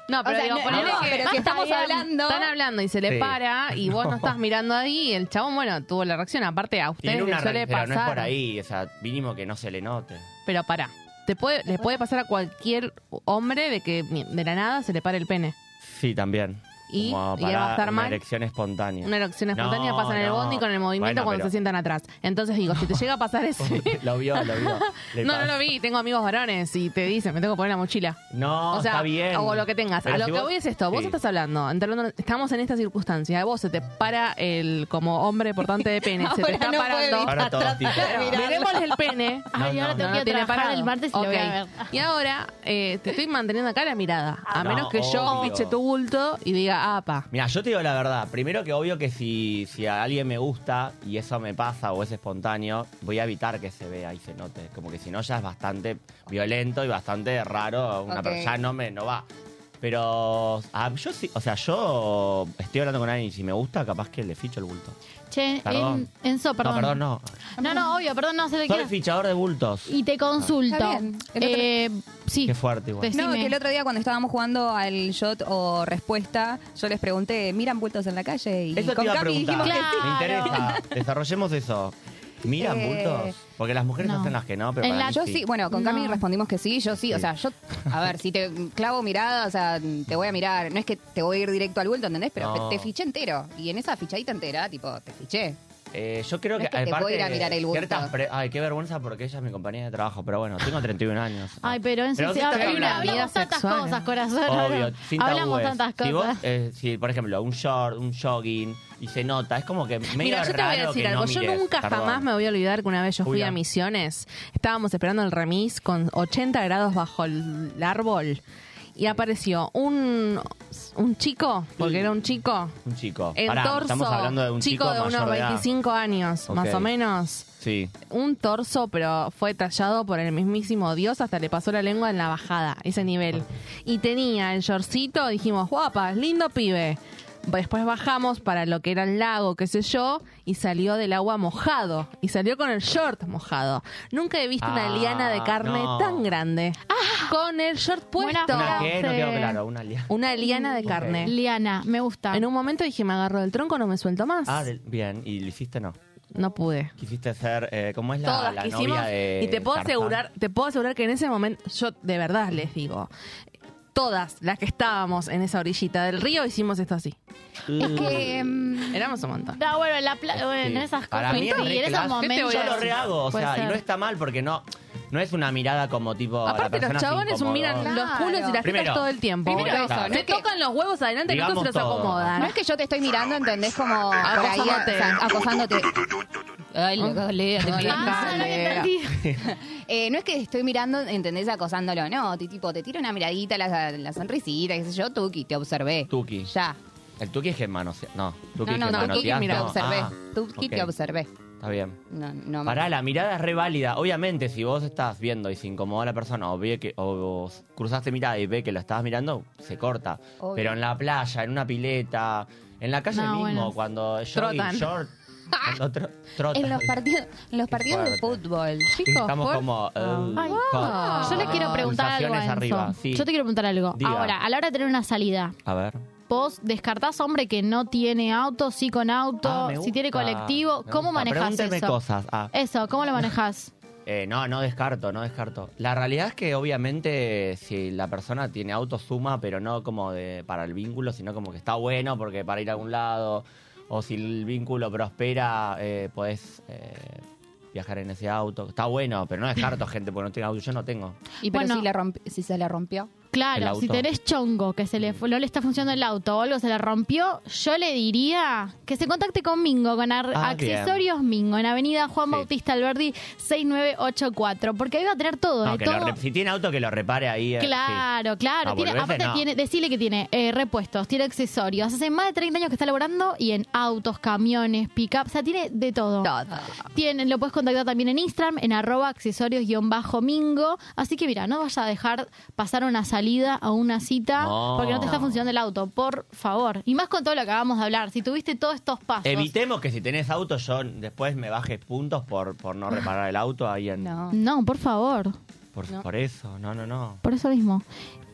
E: No, pero
D: O sea,
E: digo,
D: no,
E: ponele
D: no,
E: que...
D: pero que estamos
C: Está bien.
D: hablando.
E: Están hablando y se le
G: Sí.
E: para y vos no estás mirando ahí y el chabón, bueno, tuvo la reacción. Aparte, a ustedes
G: Tiene una
E: les suele
G: re- pero
E: pasar.
G: no es por ahí, o sea, mínimo que no se le note.
E: Pero pará. Te puede, les puede pasar a cualquier hombre de que de la nada se le pare el pene.
G: Sí, también.
E: Y-
G: Como
E: y va a
G: para
E: estar
G: una
E: mal.
G: erección espontánea.
E: Una erección espontánea
G: No,
E: pasa en el
G: no.
E: bondi con el movimiento
G: Bueno,
E: cuando
G: pero-
E: se sientan atrás. Entonces digo, si te llega a
G: (laughs)
E: pasar eso.
G: Lo vio, lo vio.
E: (laughs)
G: Le
E: no,
G: pasa.
E: no lo vi, tengo amigos varones y te dicen, me tengo que poner la mochila.
G: No,
E: o sea,
G: está bien.
E: o lo que tengas.
G: Pero
E: a lo
G: si
E: que
G: vos-
E: voy es esto, vos
G: Sí.
E: estás hablando, entablando- estamos en esta circunstancia, vos se te para el como hombre portante de
D: (laughs)
E: pene, se te
D: Ahora
E: está
D: no puedo
E: parando.
D: evitar
G: Ahora todo
D: tratar
G: tipo-
D: de mirarlo.
E: Miremosle el pene.
C: Ay,
G: No,
C: ahora
G: no,
C: tengo
G: no,
C: que ir a
E: tiene
C: trabajar
E: parado.
C: el martes y lo voy
E: Ok.
C: a ver. Ah,
E: Y ahora eh, te estoy manteniendo acá la mirada. A
G: No,
E: menos que yo
G: Ah, obvio.
E: piche tu bulto y diga, apa.
G: Mira, yo te digo la verdad. Primero que obvio que si, si a alguien me gusta y eso me pasa o es espontáneo, voy a evitar que se vea y se note. Como que si no ya es bastante violento y bastante raro. Una
D: Ok.
G: persona no me no va. Pero ah, yo sí, o sea, yo estoy hablando con alguien y si me gusta, capaz que le ficho el bulto.
C: Che,
G: Perdón.
C: en, Enzo, perdón.
G: No, perdón, no.
C: No, no, obvio, perdón, no se lo
G: Soy
C: quiero.
G: fichador de bultos.
C: Y te
D: Está
C: consulto.
D: bien. El otro-
C: Eh, sí.
G: Ah. Qué fuerte igual.
D: No,
C: Decime.
D: que el otro día cuando estábamos jugando al shot o respuesta, yo les pregunté, ¿miran bultos en la calle? Y
G: Eso te
D: con
G: iba a
D: Cami
G: preguntar.
D: dijimos que
C: Claro.
D: sí.
G: Me interesa. Desarrollemos eso. ¿Miran
D: Eh,
G: bultos? Porque las mujeres
C: no.
G: hacen las que no, pero
C: En
G: para
C: la-
G: mí
C: Yo
D: Ah, Yo sí, bueno, con Cami
C: No.
D: respondimos que sí, yo sí, o
G: Sí.
D: sea, yo, a ver, si te clavo mirada, o sea, te voy a mirar, no es que te voy a ir directo al vuelto, ¿entendés? Pero
G: No.
D: te, te fiché entero, y en esa fichadita entera, tipo, te fiché.
G: Eh, yo creo
D: No
G: que,
D: es que te
G: aparte,
D: voy a ir a mirar el bulto.
G: ciertas pre- Ay, qué vergüenza porque ella es mi compañera de trabajo, pero bueno, tengo 31 años.
C: Ay, pero en
G: Pero
C: sí,
G: vos estás
C: hablamos,
G: hablando.
C: hablamos tantas
E: Sexual, ¿no?
C: cosas, corazón.
G: Obvio, sin
C: hablamos
G: tabúes.
C: tantas
G: Si vos,
C: cosas.
G: eh, si, por ejemplo, un short, un jogging, y se nota, es como que medio
E: Mira, yo te voy a
G: raro
E: decir
G: que
E: algo.
G: no
E: yo
G: mires,
E: nunca
G: perdón.
E: jamás me voy a olvidar que una vez yo fui
G: Julia.
E: a Misiones. Estábamos esperando el remis con 80 grados bajo el árbol. Y apareció un, un chico, porque era un chico,
G: Un chico.
E: en
G: Pará,
E: torso.
G: estamos hablando de un chico,
E: de
G: mayor
E: unos
G: de edad.
E: 25 años, más
G: Ok.
E: o menos.
G: Sí.
E: Un torso, pero fue tallado por el mismísimo Dios, hasta le pasó la lengua en la bajada, ese nivel. Y tenía el shortcito, dijimos, guapas, lindo pibe. Después bajamos para lo que era el lago, qué sé yo, y salió del agua mojado. Y salió con el short mojado. Nunca he visto una
G: Ah,
E: liana de carne
G: no.
E: tan grande. Con el short
C: Buena
E: puesto.
G: ¿Una
C: frase.
G: qué? No quedó claro, una alianza.
E: Una liana de carne.
C: Liana, me gusta.
E: En un momento dije, me agarro del tronco, no me suelto más.
G: Ah, del- bien, y lo hiciste no.
E: No pude.
G: Quisiste ser, eh, ¿cómo es la,
E: Todas
G: la
E: quisimos,
G: novia de
E: y te puedo
G: Tarzán?
E: asegurar te puedo asegurar que en ese momento yo de verdad les digo todas las que estábamos en esa orillita del río hicimos esto así
D: Es que,
C: Em,
D: mm,
E: éramos un montón
C: Da, bueno, en la pla- bueno, en
G: Uh, Sí.
C: esas
G: Para
C: cosas
G: mí es re
C: y en esos
G: clase.
C: momentos.
G: Yo lo rehago, o
C: Puede
G: sea, y no
C: ser.
G: está mal porque no, no es una mirada como tipo. a Oh, la
E: aparte los
G: persona se
E: chabones
G: incomodó.
E: miran los
D: Claro.
E: culos y las
G: Primero.
E: tetas todo el tiempo
G: Primero
E: Te-
G: eso,
E: te
G: no
D: es que-
E: tocan los huevos adelante y
G: Digamos
E: se los
G: todo.
E: acomodan
D: no es que yo te estoy mirando, ¿entendés? Como por ahí, o sea, acosándote. Ay, loco, olé, te pido
C: Ah, no había
D: caldera.
C: entendido.
D: Eh, no es que estoy mirando, ¿entendés? Acosándolo, no. Te, tipo, te tiro una miradita, la, la sonrisita, qué sé yo, Tuki, te observé.
G: Tuki.
D: Ya.
G: El tuki es que manosea. No, tuki
D: No,
G: es
D: no,
G: que
D: no, Tuki
G: manoseas,
D: te
G: no.
D: observé.
G: Ah,
D: Tuki
G: ok,
D: te observé.
G: Está bien.
D: No, no me-
G: Pará, la mirada es re válida. Obviamente, si vos estás viendo y se incomoda a la persona o, ve que, o vos cruzaste mirada y ve que lo estabas mirando, se corta.
D: Obvio.
G: Pero en la playa, en una pileta, en la calle
C: No,
G: mismo,
C: bueno.
G: cuando yo
E: Trotan.
G: short, cuando
C: (laughs)
G: tro- trotan.
D: En los partidos, en los
G: Qué
D: partidos de
G: fuerte.
D: fútbol,
G: Sí,
D: chicos.
G: Estamos
D: por-
G: como... eh,
C: Ay,
G: con-
C: Yo les quiero preguntar algo a
G: pulsaciones
C: Enzo.
G: arriba, sí.
C: Yo te quiero preguntar algo.
G: Diga.
C: Ahora, a la hora de tener una salida,
G: A ver.
C: vos descartás hombre que no tiene auto, sí con auto,
G: Ah, me
C: si tiene
G: gusta,
C: colectivo,
G: me
C: ¿cómo
G: gusta.
C: manejas
G: Pregúnteme
C: eso?
G: cosas. Ah,
C: Eso, ¿cómo lo manejas?
G: eh, no, no descarto, no descarto. La realidad es que obviamente si la persona tiene auto suma, pero no como de para el vínculo, sino como que está bueno porque para ir a algún lado, o si el vínculo prospera, eh, podés eh, viajar en ese auto. Está bueno, pero no descarto gente porque no tiene auto, yo no tengo.
D: Y pero
C: Bueno.
D: si, le romp- si se le rompió.
G: El
C: Claro,
G: auto. Mm.
C: si tenés chongo que se le fu- no le está funcionando el auto o algo se le rompió, yo le diría que se contacte con Mingo, con ar-
G: Ah,
C: Accesorios Mingo, en Avenida Juan
G: Sí.
C: Bautista Alberdi 6984, porque ahí va a tener todo,
G: No,
C: de
G: que lo
C: todo.
G: re- si tiene auto que lo repare ahí. eh, sí.
C: Claro, claro.
G: Ah,
C: Tiene-
G: boludeces,
C: aparte,
G: no.
C: tiene, decirle que tiene eh, repuestos, tiene accesorios. Hace más de 30 años que está laborando y en autos, camiones, pick-up. O sea, tiene de todo.
E: todo
C: Tiene- lo puedes contactar también en Instagram, en arroba accesorios-mingo. Así que mira, no vayas a dejar pasar una salida a una cita
G: No.
C: porque no te está funcionando el auto, por favor. Y más con todo lo que acabamos de hablar. Si tuviste todos estos pasos.
G: Evitemos que si tenés auto, yo después me bajes puntos por, por no reparar el auto ahí en.
D: No.
C: No, por favor.
G: Por, por eso, no, no, no.
C: Por eso mismo.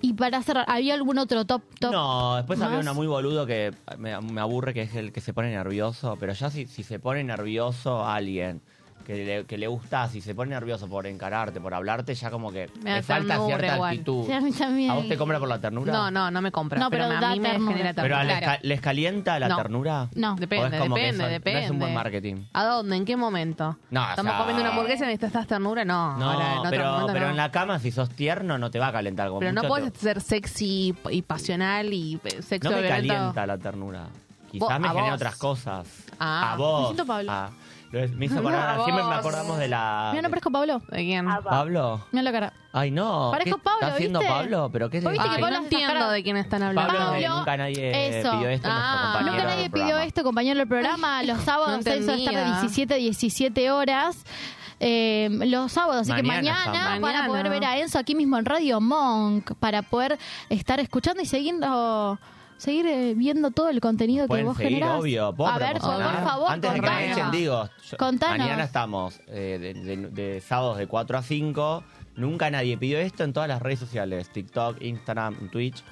C: Y para cerrar, ¿había algún otro top top?
G: No, después había
C: más.
G: una muy boludo que me, me aburre, que es el que se pone nervioso. Pero ya si, si se pone nervioso alguien que le, que le gusta, si se pone nervioso por encararte, por hablarte, ya como que
E: Me da
G: le falta
E: ternura
G: cierta
E: igual.
G: actitud.
C: Sí, a mí también.
G: ¿A vos te compra por la ternura?
E: no no no me compra
C: No,
E: pero,
C: pero
E: a
C: da
E: mí me
C: ternura.
E: genera
G: ¿Pero
E: ternura
G: a les,
D: Claro.
G: ca- les calienta la
E: No.
G: ternura?
C: No.
G: ¿O es
E: Depende,
G: como que
E: depende,
G: eso
E: depende.
G: No es un buen marketing.
E: ¿A dónde? ¿En qué momento?
G: No, o
E: Estamos
G: sea-
E: comiendo una hamburguesa y necesitas ternura. No,
G: No,
E: ahora, en otro
G: pero,
E: momento
G: pero
E: no.
G: en la cama, si sos tierno, no te va a calentar. como
E: Pero no
G: mucho
E: puedes
G: te-
E: ser sexy y pasional y eh, sexo
G: No me
E: violento.
G: calienta la ternura.
E: Vos-
G: Quizás me
E: a
G: genera
E: vos.
G: otras cosas.
E: Ah.
G: a vos.
C: Me siento Pablo.
G: Ah, lo es-
C: (laughs)
G: me hizo acordar-
E: A vos.
G: Siempre me acordamos de la.
C: Mira, no parezco Pablo.
E: ¿De quién?
D: Ah,
G: Pablo.
C: Mira la cara.
G: Ay, no.
C: Parezco
G: ¿qué
C: Pablo,
G: ¿Está haciendo
C: ¿viste?
G: Pablo? ¿Pero qué es
C: Vos viste
E: Ay,
C: que
E: Ah, no
C: Pablo hace esas
E: entiendo
C: caras-
E: de quién están hablando.
G: Pablo,
C: Pablo,
G: eh, nunca nadie
C: eso.
G: pidió esto. nuestro
E: Ah.
G: compañero
C: Nunca
G: del
C: nadie pidió
G: programa.
C: esto, compañero del programa. Los sábados,
E: No
C: Enzo, está de
E: entendía.
C: 17 a 17 horas. eh, los sábados, así que
G: Mañana,
C: mañana
G: Sam.
C: van a
E: Mañana.
C: poder ver a Enzo aquí mismo en Radio Monk para poder estar escuchando y siguiendo. Seguir eh, viendo todo el contenido que
G: Pueden
C: vos
G: seguir,
C: generás.
G: obvio. ¿Puedo
C: A ver, por
G: promocionar?
C: favor,
G: Antes de que me
C: contanos.
G: echen, digo. yo-
C: Contanos.
G: Mañana estamos eh, de, de- de sábados de 4 a 5. Nunca nadie pidió esto en todas las redes sociales: TikTok, Instagram, Twitch.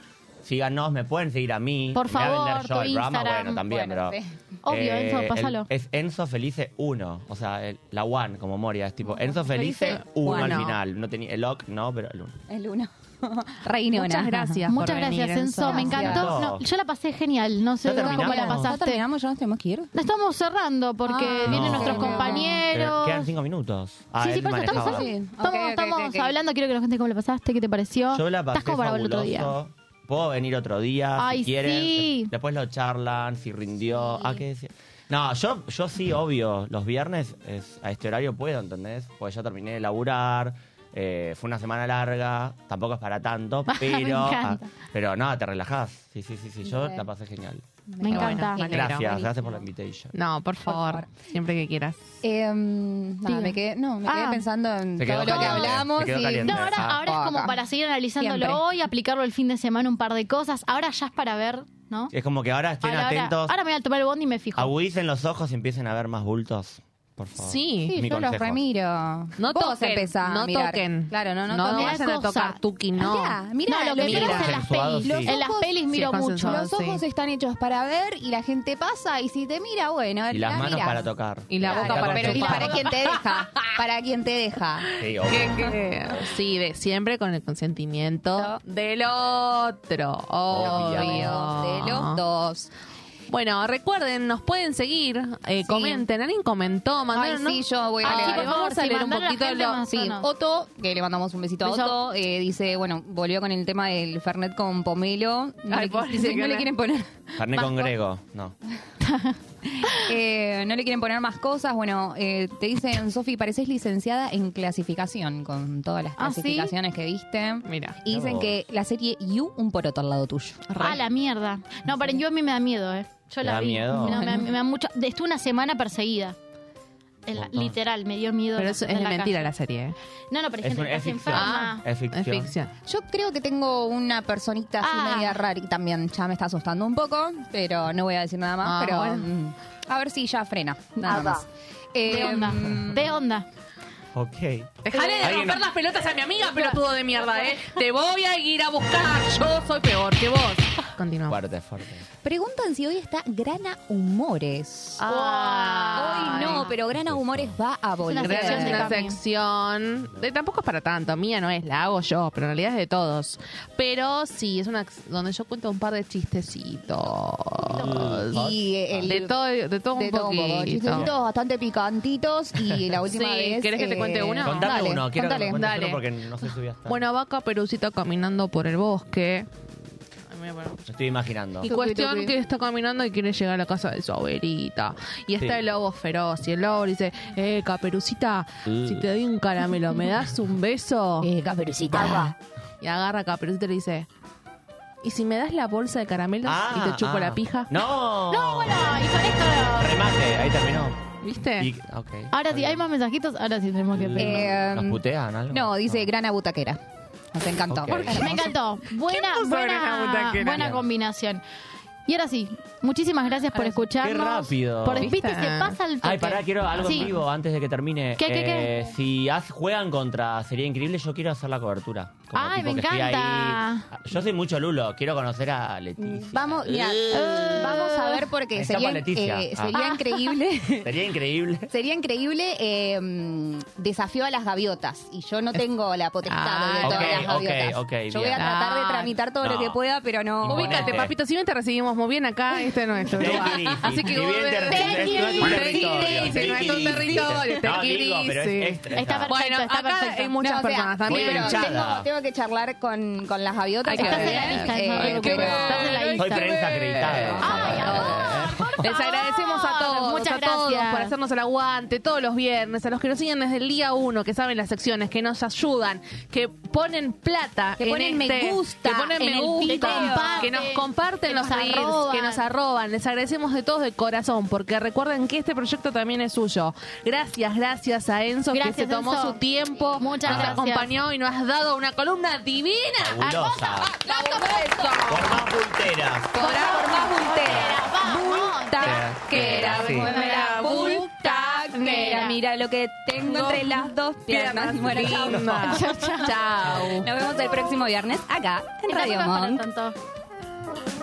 G: síganos, me pueden seguir a mí.
C: Por
G: me voy a
C: favor,
G: vender yo
C: tu
G: el programa,
C: Instagram.
G: bueno, también,
C: Bueno,
G: pero... eh,
C: sí. Obvio, Enzo,
G: el-
C: pásalo.
G: es Enzo Felice 1, o sea, el- la one como Moria, es tipo Enzo
C: Felice
G: Felice 1 al
E: uno.
G: final. No tenía el OK, no, pero el 1.
D: El uno. (laughs)
E: Reina,
D: Muchas gracias.
C: Muchas gracias, Enzo. Me encantó.
G: Gracias.
C: No, yo la pasé genial. No sé
G: ¿Ya
C: cómo la
G: terminamos?
D: ¿Ya
C: pasaste.
D: terminamos? ¿Ya nos tenemos que ir?
C: No estamos cerrando porque
D: Ah,
C: vienen
G: no.
C: nuestros
G: Sí, no.
C: compañeros.
G: Quedan 5 minutos. Ah,
C: sí, sí,
G: él
C: por eso estamos,
G: manejaba.
C: estamos,
D: Ok, ok,
C: estamos
D: ok, ok.
C: hablando. Quiero que nos cuentes cómo la pasaste, qué te pareció.
G: Yo la pasé
C: Estás como para hablar otro día.
G: fabuloso. Puedo venir otro día
C: Ay,
G: si quieren.
C: sí.
G: Después lo charlan, si rindió. Ah, ¿qué decía? No, yo, yo sí, obvio. Los viernes es- a este horario puedo, ¿entendés? Porque ya terminé de laburar. eh, fue una semana larga. Tampoco es
C: (laughs)
G: para tanto, pero.
C: encanta.
G: ah, pero no, te relajás. Sí, sí, sí, sí. Yo la pasé genial.
C: Me encanta.
E: Bueno,
G: Gracias,
E: Buenísimo.
G: gracias por la invitation.
E: No, por favor, siempre que quieras.
D: Eh, nada,
C: Diga.
D: me quedé, no, me quedé
C: Ah.
D: pensando en
G: Se
D: todo
G: quedó
D: lo que
G: caliente,
D: hablamos.
G: se quedó
D: y-
G: caliente.
C: No, ahora,
G: Ah.
C: ahora es como
D: Poca.
C: para seguir analizándolo
D: Siempre.
C: hoy, aplicarlo el fin de semana un par de cosas. Ahora ya es para ver, ¿no?
G: Es como que ahora estén
C: Ahora, ahora-
G: atentos.
C: ahora me voy a tomar el bondi y me fijo.
G: Agudicen los ojos y empiecen a ver más bultos. Por favor.
E: Sí.
D: Sí,
G: Mi
D: yo los
G: consejo.
D: remiro.
E: No
D: Vos
E: toquen,
D: empezá a
E: no
D: mirar.
E: toquen.
D: Claro, no, no,
E: No,
D: toquen.
E: no vayan a
C: cosa.
E: tocar Tuki, no.
D: Mirá, Ah, mirá,
C: no, lo
D: lo
C: que miro
D: mira.
C: es en las
G: Consensuado,
C: pelis.
G: sí.
C: En las pelis miro
E: Sí,
C: mucho.
E: consensuado.
D: Los ojos
E: sí.
D: están hechos para ver y la gente pasa y si te mira, bueno,
G: Y las
D: la
G: manos
D: mirás.
G: para tocar.
E: Y la
D: Claro,
E: boca para
D: pero ¿y
E: chupar.
D: para quién te deja? ¿Para quién te deja?
G: Sí, obvio.
E: Sí, de, siempre con el consentimiento del otro.
D: Obvio,
E: Obvio.
D: de los dos.
E: Bueno, recuerden, nos pueden seguir, eh,
D: Sí.
E: comenten, alguien comentó,
D: Ay,
E: mandaron, Ah, ¿no?
D: sí, yo voy a
C: Ay,
D: leer.
C: por favor,
D: vamos a
C: si
D: leer un
C: mandaron a
D: poquito
C: gente
D: lo-
C: más,
D: sí,
C: ¿o no?
D: Otto, que le mandamos un besito a
C: Beso.
D: Otto, eh, dice, bueno, volvió con el tema del Fernet con Pomelo. No,
E: Ay,
D: le,
E: pobre,
D: dice,
E: qué
D: no le
E: horror.
D: quieren poner.
G: Carné con Grego, no.
D: eh, no le quieren poner más cosas. Bueno, eh, te dicen, Sofi, pareces licenciada en clasificación, con todas las
C: ¿Ah, sí?
D: clasificaciones que viste.
E: Mira.
D: Y dicen
G: No.
D: que la serie You, un poroto al lado tuyo.
C: Ah, la mierda. No, pero yo a mí me da miedo, ¿eh? Yo
G: ¿Te
C: la
G: da
C: vi.
G: miedo?
C: No, me, me da mucho. Estuve una semana perseguida. En la-
G: Opa.
C: literal, me dio miedo.
E: Pero
C: en-
E: eso es
C: en la
E: mentira
C: calle.
E: la serie. ¿eh?
C: No, no, pero hay
G: Es
C: gente
G: un-
C: que
G: es
C: está
G: ficción.
D: Ah,
C: enferma.
G: Es
E: Es
G: ficción.
E: ficción.
D: Yo creo que tengo una personita así
C: Ah.
D: media rara y también ya me está asustando un poco, pero no voy a decir nada más.
E: Ah,
D: pero
E: bueno.
D: mm, a ver si ya frena, nada
C: Nada.
D: más. Eh,
C: de onda. De onda.
G: Ok.
E: Dejale de
G: Alguien
E: romper
G: no-
E: las pelotas a mi amiga, pelotudo de mierda, ¿eh? Te voy a ir a buscar. Yo soy peor que vos. Continuamos.
G: Fuerte, fuerte.
D: Preguntan si hoy está Grana Humores.
E: Ah,
D: hoy no, pero Grana Humores va a volver.
C: sección
E: Gracias,
C: de
E: una
C: cambio.
E: sección. de- tampoco es para tanto, mía no es, la hago yo, pero en realidad es de todos. Pero sí, es una donde yo cuento un par de chistecitos.
D: Y el-
E: de todo, de todo
D: de
E: un
D: todo un poco,
E: poquito.
D: chistecitos bastante picantitos y la
E: (laughs)
D: última
E: Sí,
D: vez...
E: ¿querés que te cuente una?
G: Contame
D: dale,
G: uno, quiero
D: contale.
G: que me cuentes
E: Dale.
G: uno porque no sé si voy a estar.
E: Bueno, vaca perucita caminando por el bosque. Ay, me voy a poner-
G: Me estoy imaginando.
E: Y cuestión que está caminando y quiere llegar a la casa de su abuelita. Y está
G: Sí.
E: el lobo feroz. Y el lobo le dice, eh, caperucita,
G: Mm.
E: si te doy un caramelo, ¿me das un beso?
D: Eh, Caperucita.
E: Y agarra a caperucita y le dice, ¿y si me das la bolsa de caramelos y te chupo
G: ah.
E: la pija?
G: No.
C: No, bueno, y con esto.
G: Remate, ahí terminó.
E: ¿Viste?
G: Y- ok.
C: Ahora sí, hay más mensajitos. Ahora sí tenemos que pedir.
D: Eh,
G: ¿Nos putean algo?
D: No, dice Grana Butaquera. Nos encantó.
G: Ok. ¿Por qué?
C: Me (laughs) encantó. Buena,
E: puso una
C: buena,
E: butaquera?
C: buena combinación. Y ahora sí, muchísimas gracias por escucharnos.
G: Qué rápido.
C: Por viste,
E: ¿Viste?
C: se pasa el toque.
G: Ay, pará, quiero algo
C: Sí.
G: en vivo antes de que termine.
C: ¿Qué, qué, qué?
G: Eh, si haz- juegan contra Sería Increíble, yo quiero hacer la cobertura. Como
C: Ay,
G: tipo
C: me
G: que estoy ahí.
C: encanta.
G: Yo soy mucho Lulo, quiero conocer a Leticia.
D: Vamos, mira, vamos a ver porque
G: Me
D: sería,
G: escapa
D: eh,
G: Leticia. Eh. Ah. (laughs)
D: sería increíble.
E: (laughs)
G: Sería increíble.
D: Sería increíble eh, mm, desafío a las gaviotas y yo no tengo la potestad de ver
E: Ah,
D: todas
E: ok,
D: las gaviotas.
G: ok, ok,
D: yo voy a
G: bien.
D: tratar de
E: Ah,
D: tramitar todo lo
G: no.
D: que pueda, pero no.
G: Imponente.
E: Ubícate, papito. Si bien te recibimos muy bien acá, este es nuestro
G: Take
E: lugar.
G: it easy.
E: Así que
G: Si
E: vos
G: bien te
E: ves-
G: recibes,
C: Take
G: no es
C: it
G: tu
C: easy.
G: territorio.
E: Take it easy, no es tu
G: Take it easy.
E: territorio,
G: No,
E: take it
G: digo, pero es
E: easy.
G: extra.
C: Está perfecto,
E: Bueno,
C: está
E: acá
C: perfecto.
E: hay muchas
D: No, o sea,
E: personas también.
D: pero
G: Hinchada.
D: tengo, tengo que charlar con, con las gaviotas.
E: Hay que
D: para
E: ver.
D: ver,
C: Estás en la lista,
D: eh,
C: no te
E: que
D: pero-
C: preocupes, estás en la
E: ver,
G: Soy
C: lista.
G: prensa acreditada.
C: Ay, amor, por
E: Les
C: favor.
E: agradecemos a todos,
C: Muchas
E: a todos
C: gracias.
E: por hacernos el aguante todos los viernes, a los que nos siguen desde el día uno, que saben las secciones, que nos ayudan, que ponen plata,
D: Que
E: en
D: ponen me
E: este,
D: gusta
E: que ponen
D: en
E: me
D: el
E: gusta,
C: video.
E: que nos comparten
C: que
E: los
C: nos
E: reels,
C: arroban.
E: que nos arroban. Les agradecemos de todos de corazón, porque recuerden que este proyecto también es suyo. Gracias, gracias a Enzo
C: Gracias,
E: que se tomó
C: Enzo.
E: su tiempo,
C: Muchas
E: nos
C: gracias.
E: acompañó y nos has dado una columna divina.
G: Fabulosa.
E: (laughs) Hermosa.
G: Por más punteras.
D: Por favor, más bultera.
C: Vamos.
D: Bultaquera,
G: Sí.
D: buena bultaquera. Mira lo que tengo entre las dos piernas. Bueno, chao.
E: Linda. Chao.
D: Nos vemos el próximo viernes acá en Radio
C: Gracias,
D: Monk.
C: tanto.